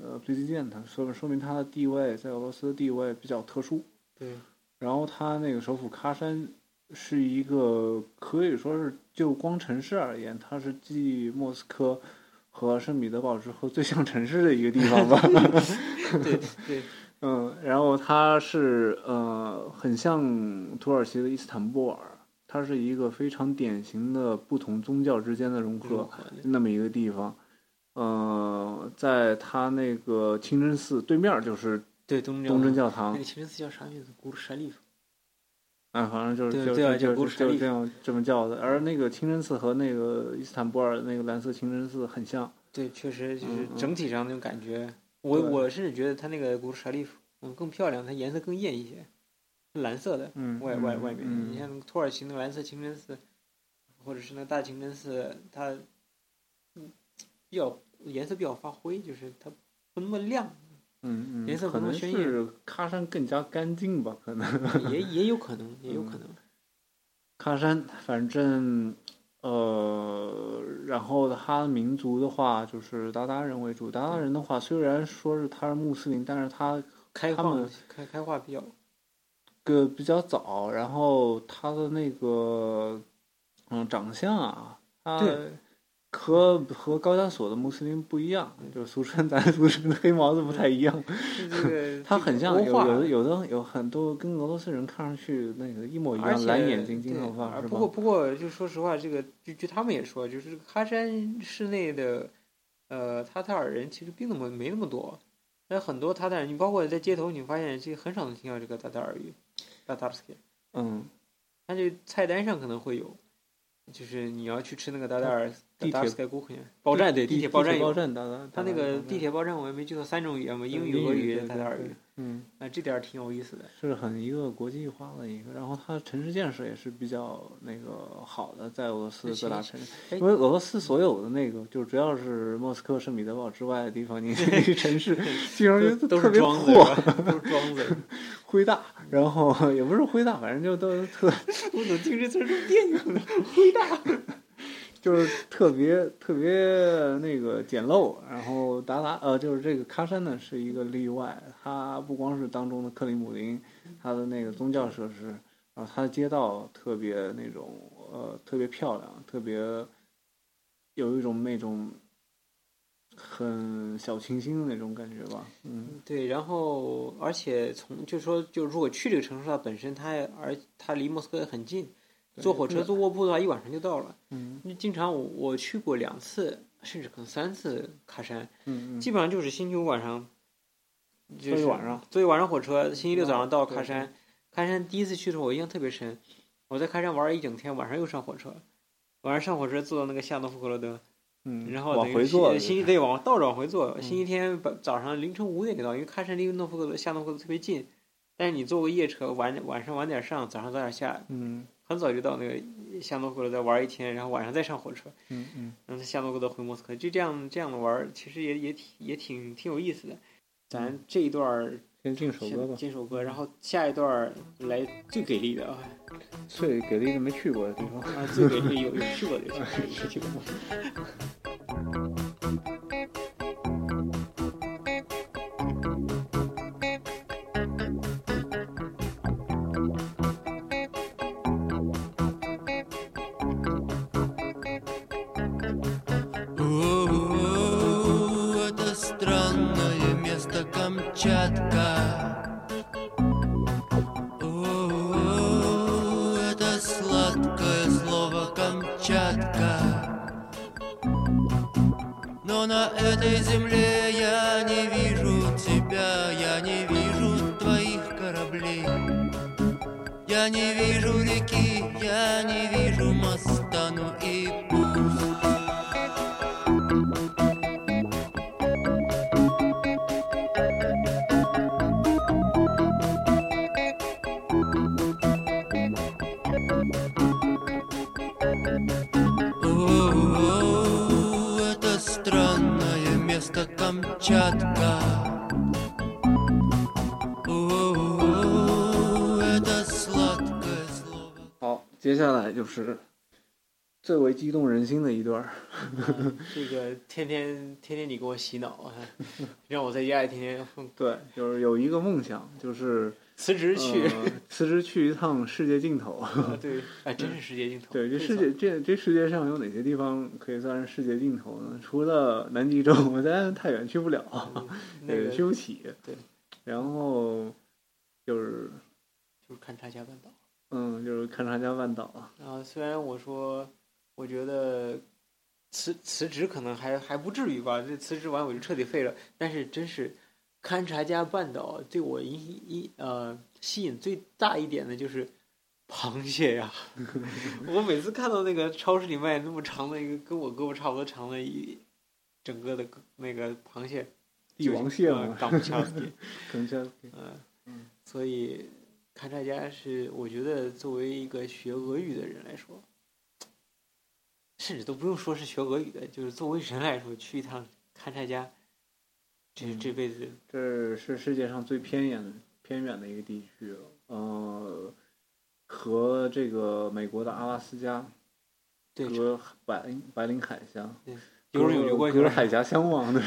S3: 呃 president，说明说明他的地位在俄罗斯的地位比较特殊。
S2: 对，
S3: 然后他那个首府喀山是一个可以说是就光城市而言，它是继莫斯科和圣彼得堡之后最像城市的一个地方吧。
S2: 对对，
S3: 嗯，然后它是呃，很像土耳其的伊斯坦布尔，它是一个非常典型的不同宗教之间的融
S2: 融
S3: 合，
S2: 合的
S3: 那么一个地方。呃，在它那个清真寺对面就是
S2: 对东正
S3: 东正
S2: 教。
S3: 教堂
S2: 那，个清真寺叫啥名字？古鲁沙利夫。
S3: 啊，反正就是
S2: 对
S3: 就
S2: 对啊
S3: 就
S2: 叫古
S3: 就
S2: 鲁舍
S3: 就
S2: 利
S3: 这样这么叫的。而那个清真寺和那个伊斯坦布尔那个蓝色清真寺很像，
S2: 对，确实就是
S3: 嗯嗯
S2: 整体上那种感觉。我
S3: 对
S2: 我甚至觉得它那个古舍利夫，嗯，更漂亮，它颜色更艳一些，是蓝色的，
S3: 嗯，
S2: 外外外面。
S3: 嗯
S2: 你像土耳其那个蓝色清真寺，或者是那大清真寺，它嗯比较颜色比较发灰，就是它不那么亮，
S3: 嗯嗯，
S2: 颜色不
S3: 可
S2: 那么
S3: 能
S2: 鲜艳
S3: 是喀山更加干净吧，可能。
S2: 也也有可能，也有可
S3: 嗯
S2: 能。
S3: 喀山，反正呃，然后他民族的话就是鞑靼人为主。鞑靼人的话，虽然说是他是穆斯林，但是他
S2: 开
S3: 他
S2: 放
S3: 们
S2: 开开化比较
S3: 个比较早，然后他的那个嗯长相啊，他
S2: 对
S3: 和和高加索的穆斯林不一样，就是俗称 咱俗称的黑毛子不太一样。
S2: 是这个
S3: 他很像
S2: 欧
S3: 有
S2: 化
S3: 有的有的有很多跟俄罗斯人看上去那个一模一
S2: 而
S3: 样，
S2: 且
S3: 蓝眼睛金
S2: 对
S3: 头发
S2: 而
S3: 是
S2: 不过
S3: 吧？
S2: 不过，就说实话，这个据据他们也说，就是这个喀山市内的呃塔塔尔人其实并那么没那么多，但很多塔塔尔，你包括在街头，你发现这很少能听到这个塔塔尔语，塔塔尔斯基，
S3: 嗯，
S2: 它这个菜单上可能会有。就是你要去吃那个达达尔
S3: 地铁
S2: 达达尔斯盖古肯报站，对
S3: 地
S2: 地铁报站
S3: 报
S2: 有，
S3: 站，达达
S2: 它那个地铁报站我也没记错，三种语言嘛，英语、俄语、塔塔尔语，，
S3: 嗯，
S2: 啊，这点儿挺有意思的。
S3: 是很一个国际化的一个。然后它城市建设也是比较那个好的，在俄罗斯各大城市，
S2: 哎
S3: 因为俄罗斯所有的那个，就只要是莫斯科、圣彼得堡之外的地方，你 这个城 市经常
S2: 都
S3: 就
S2: 都
S3: 特
S2: 是
S3: 别
S2: 装的，
S3: 破
S2: 是吧都是装的。
S3: 灰大，然后也不是灰大，反正就都特
S2: 我怎么听这词儿这么别扭呢？
S3: 就是特别特别那个简陋，然后达达呃，就是这个喀山呢是一个例外，它不光是当中的克里姆林，它的那个宗教设施，然后它的街道特别那种呃特别漂亮，特别有一种那种很小清新的那种感觉吧，嗯
S2: 对，然后而且从就说就如果去这个城市，它本身它也而它离莫斯科也很近，坐火车
S3: 对
S2: 坐卧铺的话一晚上就到了。
S3: 嗯
S2: 因为经常我我去过两次，甚至可能三次喀山，
S3: 嗯嗯
S2: 基本上就是星期五晚上，就是
S3: 坐一晚上，
S2: 坐一晚上火车，星期六早上到喀
S3: 对
S2: 山。喀山第一次去的时候，我印象特别深，我在喀山玩了一整天，晚上又上火车，晚上上火车坐到那个夏诺夫克罗德，
S3: 嗯，
S2: 然后
S3: 往
S2: 等于
S3: 回
S2: 星
S3: 坐
S2: 呃
S3: 的
S2: 星
S3: 就
S2: 期
S3: 是，嗯
S2: 对往倒转回坐。星期天把早上凌晨五点就到，因为喀山离诺夫克罗下诺夫克罗特别近，但是你坐个夜车，晚晚上晚点上，早上早点下，
S3: 嗯
S2: 很早就到那个下诺夫克罗再玩一天，然后晚上再上火车，
S3: 嗯嗯，
S2: 然后再下诺夫克罗回莫斯科，就这样这样的玩儿，其实也也挺也挺挺有意思的。咱这一段儿
S3: 先进嗯首歌吧嗯
S2: 先。进首歌，然后下一段儿来最给力的啊，
S3: 最给力的没去过的地方。
S2: 啊 最给力有有去过的地方，有去过的。
S5: У, это странное место Камчатка. У, это сладкое слово Камчатка. Но на этой земле я не вижу тебя, я не вижу твоих кораблей. Я не вижу реки, я не вижу моста, ну и пусть. О, это странное место Камчатка. О, это сладкое слово.
S3: 好，接下来就是最为激动人心的一段儿。
S2: 这个天天天天你给我洗脑啊，让我在家里天天哼
S3: 对，就是有一个梦想，就是
S2: 辞职去。
S3: 呃辞职去一趟世界尽头。
S2: 啊 对，哎，真是世界尽头。
S3: 嗯对，这
S2: 没
S3: 世
S2: 错
S3: 界这这世界上有哪些地方可以算是世界尽头呢？除了南极洲，我咱太远去不了，
S2: 嗯 那
S3: 也
S2: 个
S3: 去
S2: 就
S3: 不起。
S2: 对，
S3: 然后就是
S2: 是看察加半岛。
S3: 嗯，就是勘察加半岛。啊
S2: 然后虽然我说，我觉得辞辞职可能还还不至于吧，这辞职完我就彻底废了。但是真是勘察加半岛对我一一呃吸引最大一点的就是螃蟹呀、 我每次看到那个超市里卖那么长的一个跟我胳膊差不多长的一整个的那个螃蟹，
S3: 帝王蟹
S2: 嘛
S3: 嘛，，
S2: 长不下去。
S3: 可能叫
S2: 嗯，所以勘察家是我觉得作为一个学俄语的人来说，甚至都不用说是学俄语的，就是作为人来说，去一趟勘察家，这这辈子
S3: 这是世界上最偏远的偏远的一个地区了，呃，和这个美国的阿拉斯加
S2: 对
S3: 隔白白令海峡，
S2: 有人有流过
S3: 隔
S2: 去
S3: 着海峡相望的。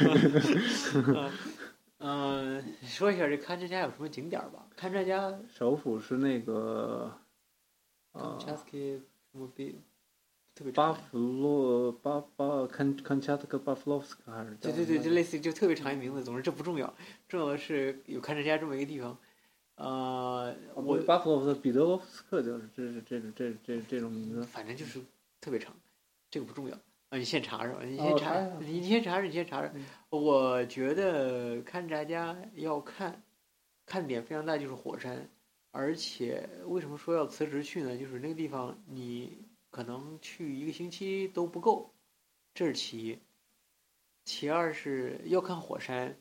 S2: 嗯，说一下这勘察家有什么景点儿吧？勘察家
S3: 首府是那个呃
S2: c h a s k y 什么别特别
S3: 巴
S2: 长，
S3: 甫洛巴巴堪堪恰特克巴夫洛夫斯克还是叫
S2: 对对对，
S3: 什
S2: 就
S3: 么
S2: 类似于就特别长一名字，总之这不重要，重要的是有勘察家这么一个地方。呃，
S3: 哦不
S2: 我
S3: 是巴甫洛夫斯克彼得罗夫斯克就是这是这是这这这种名字。
S2: 反正就是特别长，这个不重要啊。你先查查，你
S3: 哦
S2: 先
S3: 我
S2: 查，
S3: 查一下嗯
S2: 你先查查，你先查查。我觉得看大家要看，看点非常大，就是火山。而且为什么说要辞职去呢？就是那个地方你可能去一个星期都不够，这是其一。其二是要看火山，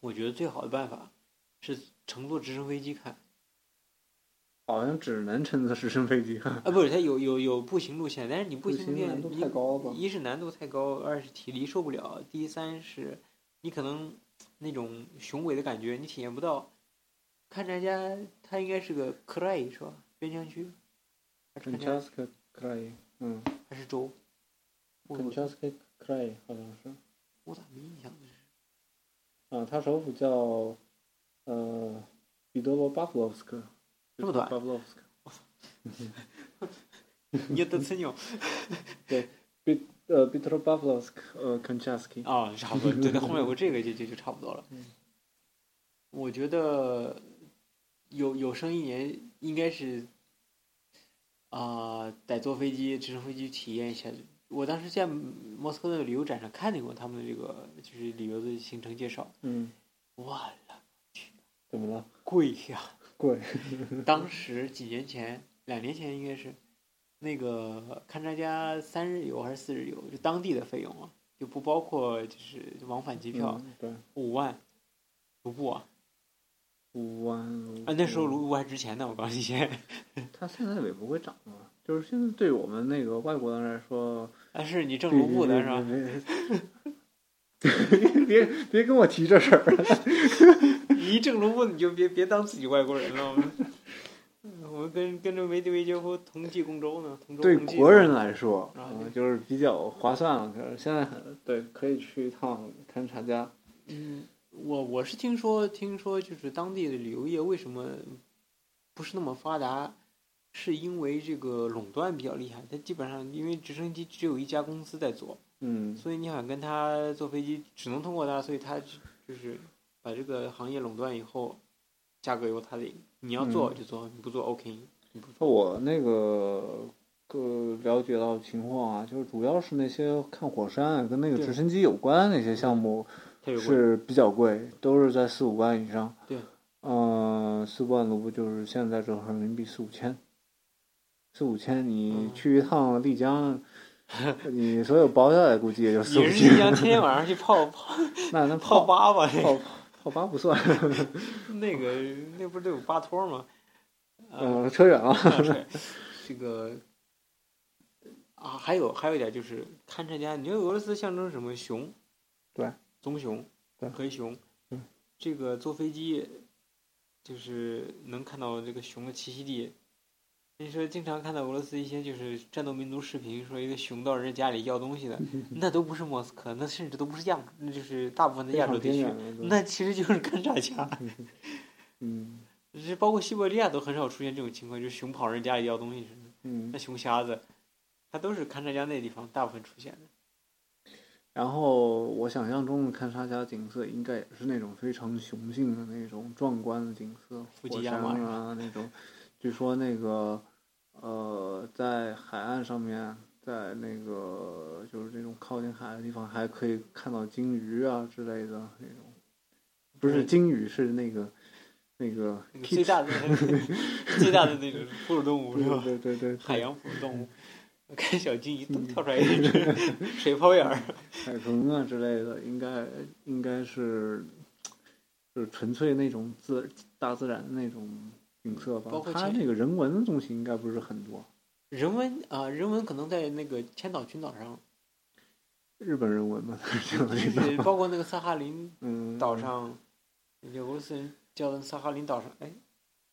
S2: 我觉得最好的办法是乘坐直升飞机看。
S3: 好像只能乘坐直升飞机看，
S2: 啊，不是，它有有有步行路线，但是你步
S3: 步
S2: 行
S3: 行
S2: 路线
S3: 难度
S2: 你
S3: 太高吧
S2: 一是难度太高，二是体力受不了，第三是你可能那种雄伟的感觉你体验不到。看人家，它应该是个 c r a 是吧？边疆区还是
S3: 肯
S2: 看
S3: 恰
S2: 家
S3: 斯克克莱，嗯，
S2: 还是州？我
S3: 肯恰斯克克莱好像是。
S2: 我咋没印象呢？
S3: 啊，它首府叫呃彼得罗巴甫洛夫斯克，
S2: 这么短
S3: 巴甫洛夫斯克，
S2: 你的词鸟
S3: 彼呃彼得罗巴甫洛夫斯克呃肯恰斯基。
S2: 啊，差不多，对对，后面有个这个就就就差不多了。我觉得有有生一年应该是啊、得坐飞机直升飞机体验一下。我当时在莫斯科的旅游展上看见过他们的这个就是旅游的行程介绍，
S3: 嗯，
S2: 哇了，
S3: 怎么了？
S2: 贵呀、
S3: 贵。
S2: 当时几年前，两年前应该是，那个勘察加三日游还是四日游，就当地的费用啊，就不包括就是往返机票
S3: 嗯对，
S2: 五万卢布啊，
S3: 五万
S2: 啊那时候卢布还值钱呢，我告诉你，
S3: 它现在也不会涨了，就是现在对我们那个外国人来说，
S2: 但啊是你挣卢布的 是吧？
S3: 吧？别别跟我提这事儿，
S2: 你一挣卢布你就别别当自己外国人了，我 们我们跟跟着梅迪韦杰夫同济共舟呢，同舟
S3: 对
S2: 共济
S3: 国
S2: 呢
S3: 人来说，
S2: 啊
S3: 啊
S2: 对
S3: 就是比较划算了。可是现在很对，可以去一趟勘察家。
S2: 嗯，我我是听说，听说就是当地的旅游业为什么不是那么发达，是因为这个垄断比较厉害。它基本上因为直升机只有一家公司在做，
S3: 嗯，
S2: 所以你想跟他坐飞机，只能通过他，所以他就就是把这个行业垄断以后，价格由他定。你要做
S3: 嗯
S2: 就做，你不做 OK。
S3: 我那个个了解到情况啊，就是主要是那些看火山啊跟那个
S2: 对
S3: 直升机有关的那些项目
S2: 他有过
S3: 是比较贵，都是在四五万以上。
S2: 对，
S3: 嗯、四五万卢布就是现在折合人民币四五千，四五千你
S2: 嗯
S3: 去一趟丽 江。你所有包下来估计也就四五
S2: 也是一
S3: 千
S2: 样，，天天晚上去泡泡
S3: 那那
S2: 泡啊
S3: 泡
S2: 吧吧，
S3: 泡泡吧不算，
S2: 那个那不是都有吧托吗？呃
S3: 嗯，扯远了。
S2: 对，这个啊，还有还有一点就是勘察家，你说俄罗斯象征什么？熊，
S3: 对，
S2: 棕熊，
S3: 对
S2: 黑熊，
S3: 嗯，
S2: 这个坐飞机就是能看到这个熊的栖息地。你说经常看到俄罗斯一些就是战斗民族视频，说一个熊到人家家里要东西 的，那都不是莫斯科，那甚至都不是亚，那就是大部分的亚洲地
S3: 非
S2: 区
S3: 常，偏远的
S2: 那其实就是勘察家。
S3: 嗯
S2: 就是包括西伯利亚都很少出现这种情况，就是熊跑人家里要东西似的。
S3: 嗯
S2: 那，熊瞎子，它都是勘察家那地方大部分出现的。
S3: 然后我想象中的勘察家景色应该也是那种非常雄性的那种壮观的景色，
S2: 富
S3: 火
S2: 吉亚
S3: 山
S2: 马
S3: 啊那种。据说那个呃，在海岸上面，在那个就是这种靠近海的地方，还可以看到鲸鱼啊之类的那种，不是
S2: 嗯
S3: 鲸鱼，是那个那个
S2: 那个最大的 最大的那种哺乳动物是吧？
S3: 对嗯对对，
S2: 海洋哺乳动物，我看小鲸鱼都跳出来一只水泡眼儿。
S3: 海豚啊之类的，应该应该是就是纯粹那种自大自然的那种景色吧
S2: 嗯包括。
S3: 它
S2: 前
S3: 那个人文的东西应该不是很多，
S2: 人文啊、人文可能在那个千岛群岛 上，
S3: 日本人文嘛，这
S2: 就
S3: 种地方
S2: 是包括那个萨哈林
S3: 嗯，
S2: 岛上，那俄罗斯人叫的萨哈林岛上，哎，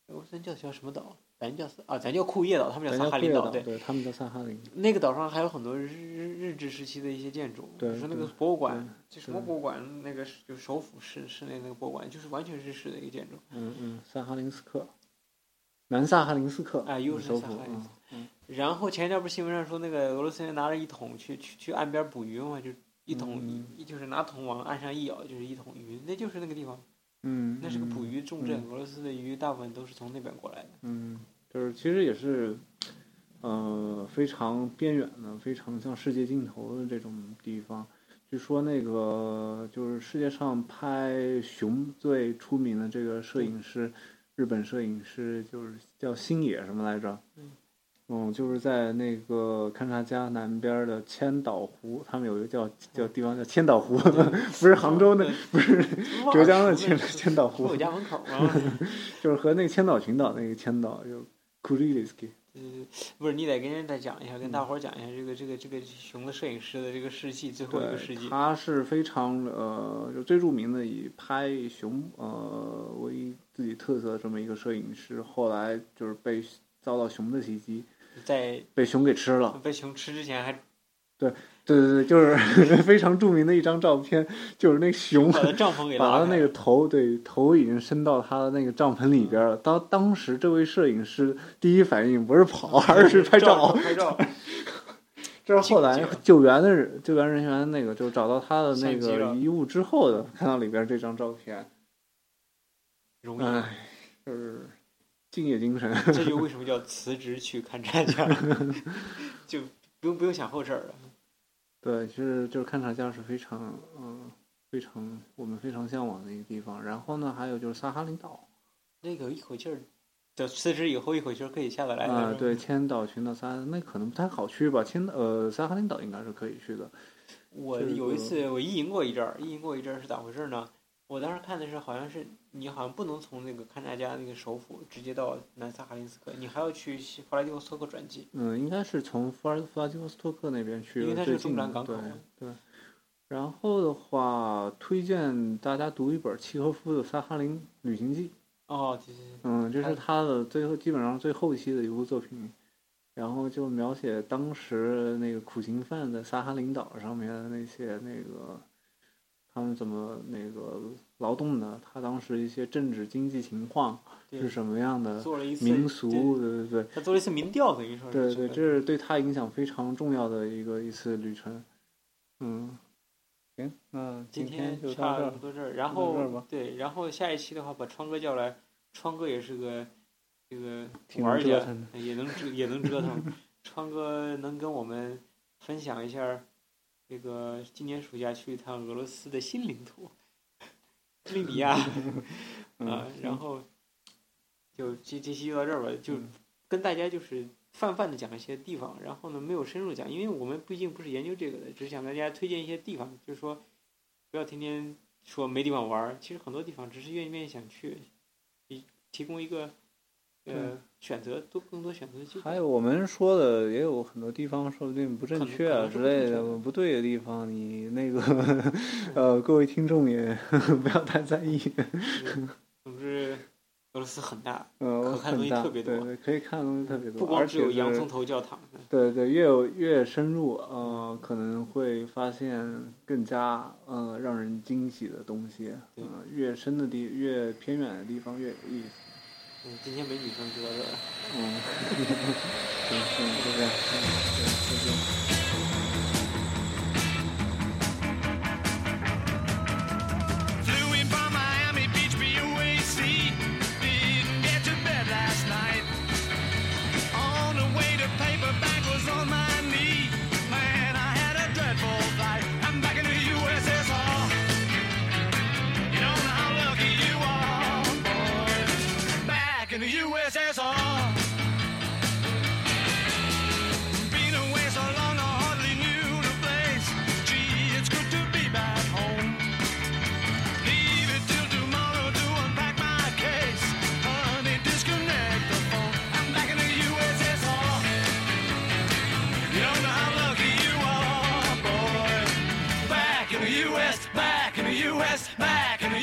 S2: 俄罗斯人叫叫什么岛？咱叫啊，咱叫库页岛，他们
S3: 咱
S2: 叫
S3: 叫
S2: 萨哈
S3: 库
S2: 林
S3: 页
S2: 岛，
S3: 岛，
S2: 对。
S3: 对，他们叫萨哈林。
S2: 那个岛上还有很多日日日治时期的一些建筑，
S3: 对
S2: 比如说那
S3: 对
S2: 个博物馆
S3: 对，
S2: 就什么
S3: 对
S2: 博物馆，那个是就首府室室内那个博物馆，就是完全日式的一个建筑。
S3: 嗯嗯，萨哈林斯克，南萨哈林斯克，
S2: 哎又是
S3: 首
S2: 萨
S3: 府
S2: 哈林斯
S3: 啊，嗯
S2: 然后前一段不是新闻上说那个俄罗斯人拿着一桶去去去岸边捕鱼嘛，就一桶、
S3: 嗯
S2: 一就是拿桶往岸上一舀就是一桶鱼，那就是那个地方，
S3: 嗯，
S2: 那是个捕
S3: 嗯
S2: 鱼重镇，俄罗斯的鱼大部分都是从那边过来的。
S3: 嗯，就是其实也是，呃，非常边远的，非常像世界尽头的这种地方。据说那个就是世界上拍熊最出名的这个摄影师，日本摄影师就是叫星野什么来着？
S2: 嗯
S3: 嗯，就是在那个勘察加南边的千岛湖，他们有一个叫叫地方叫千岛湖， 不是杭州的，不是
S2: 忘了
S3: 浙江的
S2: 说那
S3: 千
S2: 是
S3: 千岛
S2: 是
S3: 湖
S2: 我，家门口 吗？
S3: 就是和那个千岛群岛那个千岛就 k u r i l i s k i
S2: 嗯，不是，你得跟人再讲一下，跟
S3: 嗯
S2: 大伙儿讲一下这个这个这个熊的摄影师的这个事迹，最后一个事迹。
S3: 他是非常呃，就最著名的以拍熊呃为自己特色的这么一个摄影师，后来就是被遭到熊的袭击，
S2: 在
S3: 被熊给吃 了。
S2: 被熊吃之前还
S3: 对对对，就是 非常著名的一张照片，就是那熊
S2: 把他帐篷给
S3: 把
S2: 拉
S3: 他
S2: 开
S3: 那个头，对头已经伸到他的那个帐篷里边
S2: 嗯
S3: 了。当当时这位摄影师第一反应不是 跑，而是拍照。
S2: 拍照，
S3: 这是后来
S2: 警戒
S3: 救援的人救援人员那个就找到他的那
S2: 相机
S3: 个
S2: 了
S3: 遗物之后的，看到里边这张照片，
S2: 容易吗。
S3: 唉，就是敬业精神。
S2: 这就为什么叫辞职去看战家，就不用不用想后事儿了。
S3: 对，其实就是看察家是非常嗯非常我们非常向往的一个地方。然后呢，还有就是萨哈林岛，
S2: 那个一口气儿就辞职以后一回球可以下得来的
S3: 啊
S2: 是，吧
S3: 对，千岛群岛沙那可能不太好去吧，千呃萨哈林岛应该是可以去的。
S2: 我
S3: 就是
S2: 有一
S3: 说
S2: 次我意淫过一阵儿，意淫过一阵儿是咋回事呢？我当时看的是好像是你好像不能从那个勘察加那个首府直接到南萨哈林斯克，你还要去西弗拉迪沃斯托克转机。
S3: 嗯，应该是从弗尔弗拉基沃斯托克那边去，
S2: 因为它是
S3: 最近
S2: 中
S3: 的
S2: 转港口
S3: 对
S2: 嘛
S3: 对。然后的话，推荐大家读一本契诃夫的《萨哈林旅行记》，
S2: 哦，对对对，
S3: 嗯，这
S2: 哎
S3: 是他的最后基本上最后期的一部作品，然后就描写当时那个苦行犯在萨哈林岛上面的那些那个他们怎么那个劳动的，他当时一些政治经济情况
S2: 对
S3: 是什么样的，
S2: 做了一次
S3: 民俗，
S2: 对
S3: 对对对。
S2: 他做了一次民调，等于说
S3: 对
S2: 是
S3: 对，这是对他影响非常重要的一个一次旅程。嗯，行，那
S2: 今
S3: 天就到
S2: 差
S3: 这
S2: 不
S3: 儿。
S2: 多这儿，然
S3: 就到这儿
S2: 后
S3: 吧
S2: 对，然后下一期的话把川哥叫来，川哥也是个这个
S3: 挺
S2: 玩
S3: 能折
S2: 家
S3: 腾，
S2: 也能折也能折腾。川哥能跟我们分享一下儿这个今年暑假去一趟俄罗斯的新领土利比亚
S3: 嗯
S2: 啊，然后就这这期就到这儿吧，就跟大家就是泛泛的讲一些地方，然后呢没有深入讲，因为我们毕竟不是研究这个的，只是想跟大家推荐一些地方，就是说不要天天说没地方玩儿，其实很多地方只是愿意愿意想去，提提供一个呃选择多更多选择的机
S3: 还
S2: 会。
S3: 有我们说的也有很多地方说不定不正
S2: 可能
S3: 确
S2: 可
S3: 啊
S2: 能是
S3: 之
S2: 不正
S3: 类
S2: 确
S3: 的
S2: 的
S3: 不对的地方，你那个呃，各位听众也 不要太在意。
S2: 是 总之，俄罗斯很大，
S3: 呃，
S2: 可看的东
S3: 很
S2: 西
S3: 大，
S2: 特别
S3: 对
S2: 多
S3: 对，可以看的东西特别多，
S2: 不光
S3: 而
S2: 只有
S3: 且
S2: 洋
S3: 是
S2: 葱头教堂，
S3: 对对，越有越深入，呃，可能会发现更加呃让人惊喜的东西。
S2: 对
S3: 嗯、越深的地，越偏远的地方越有意思。
S2: 嗯，今天没女生多的。
S3: 嗯， 行，嗯，就这样，嗯，对，再见。
S6: Flew in by Miami Beach, BUAC. Didn't get to bed last night. On the way to paperback was on my knee. Man, I had a dreadful flight. I'm back in the USSR. You don't know how lucky you are, boy. Back in the USSR. Been away so long, I hardly knew the place. Gee, it's good to be back home. Leave it till tomorrow to unpack my case. Honey, disconnect the phone. I'm back in the USSR. You don't know how lucky you are, boy. Back in the US, back in the US, back in the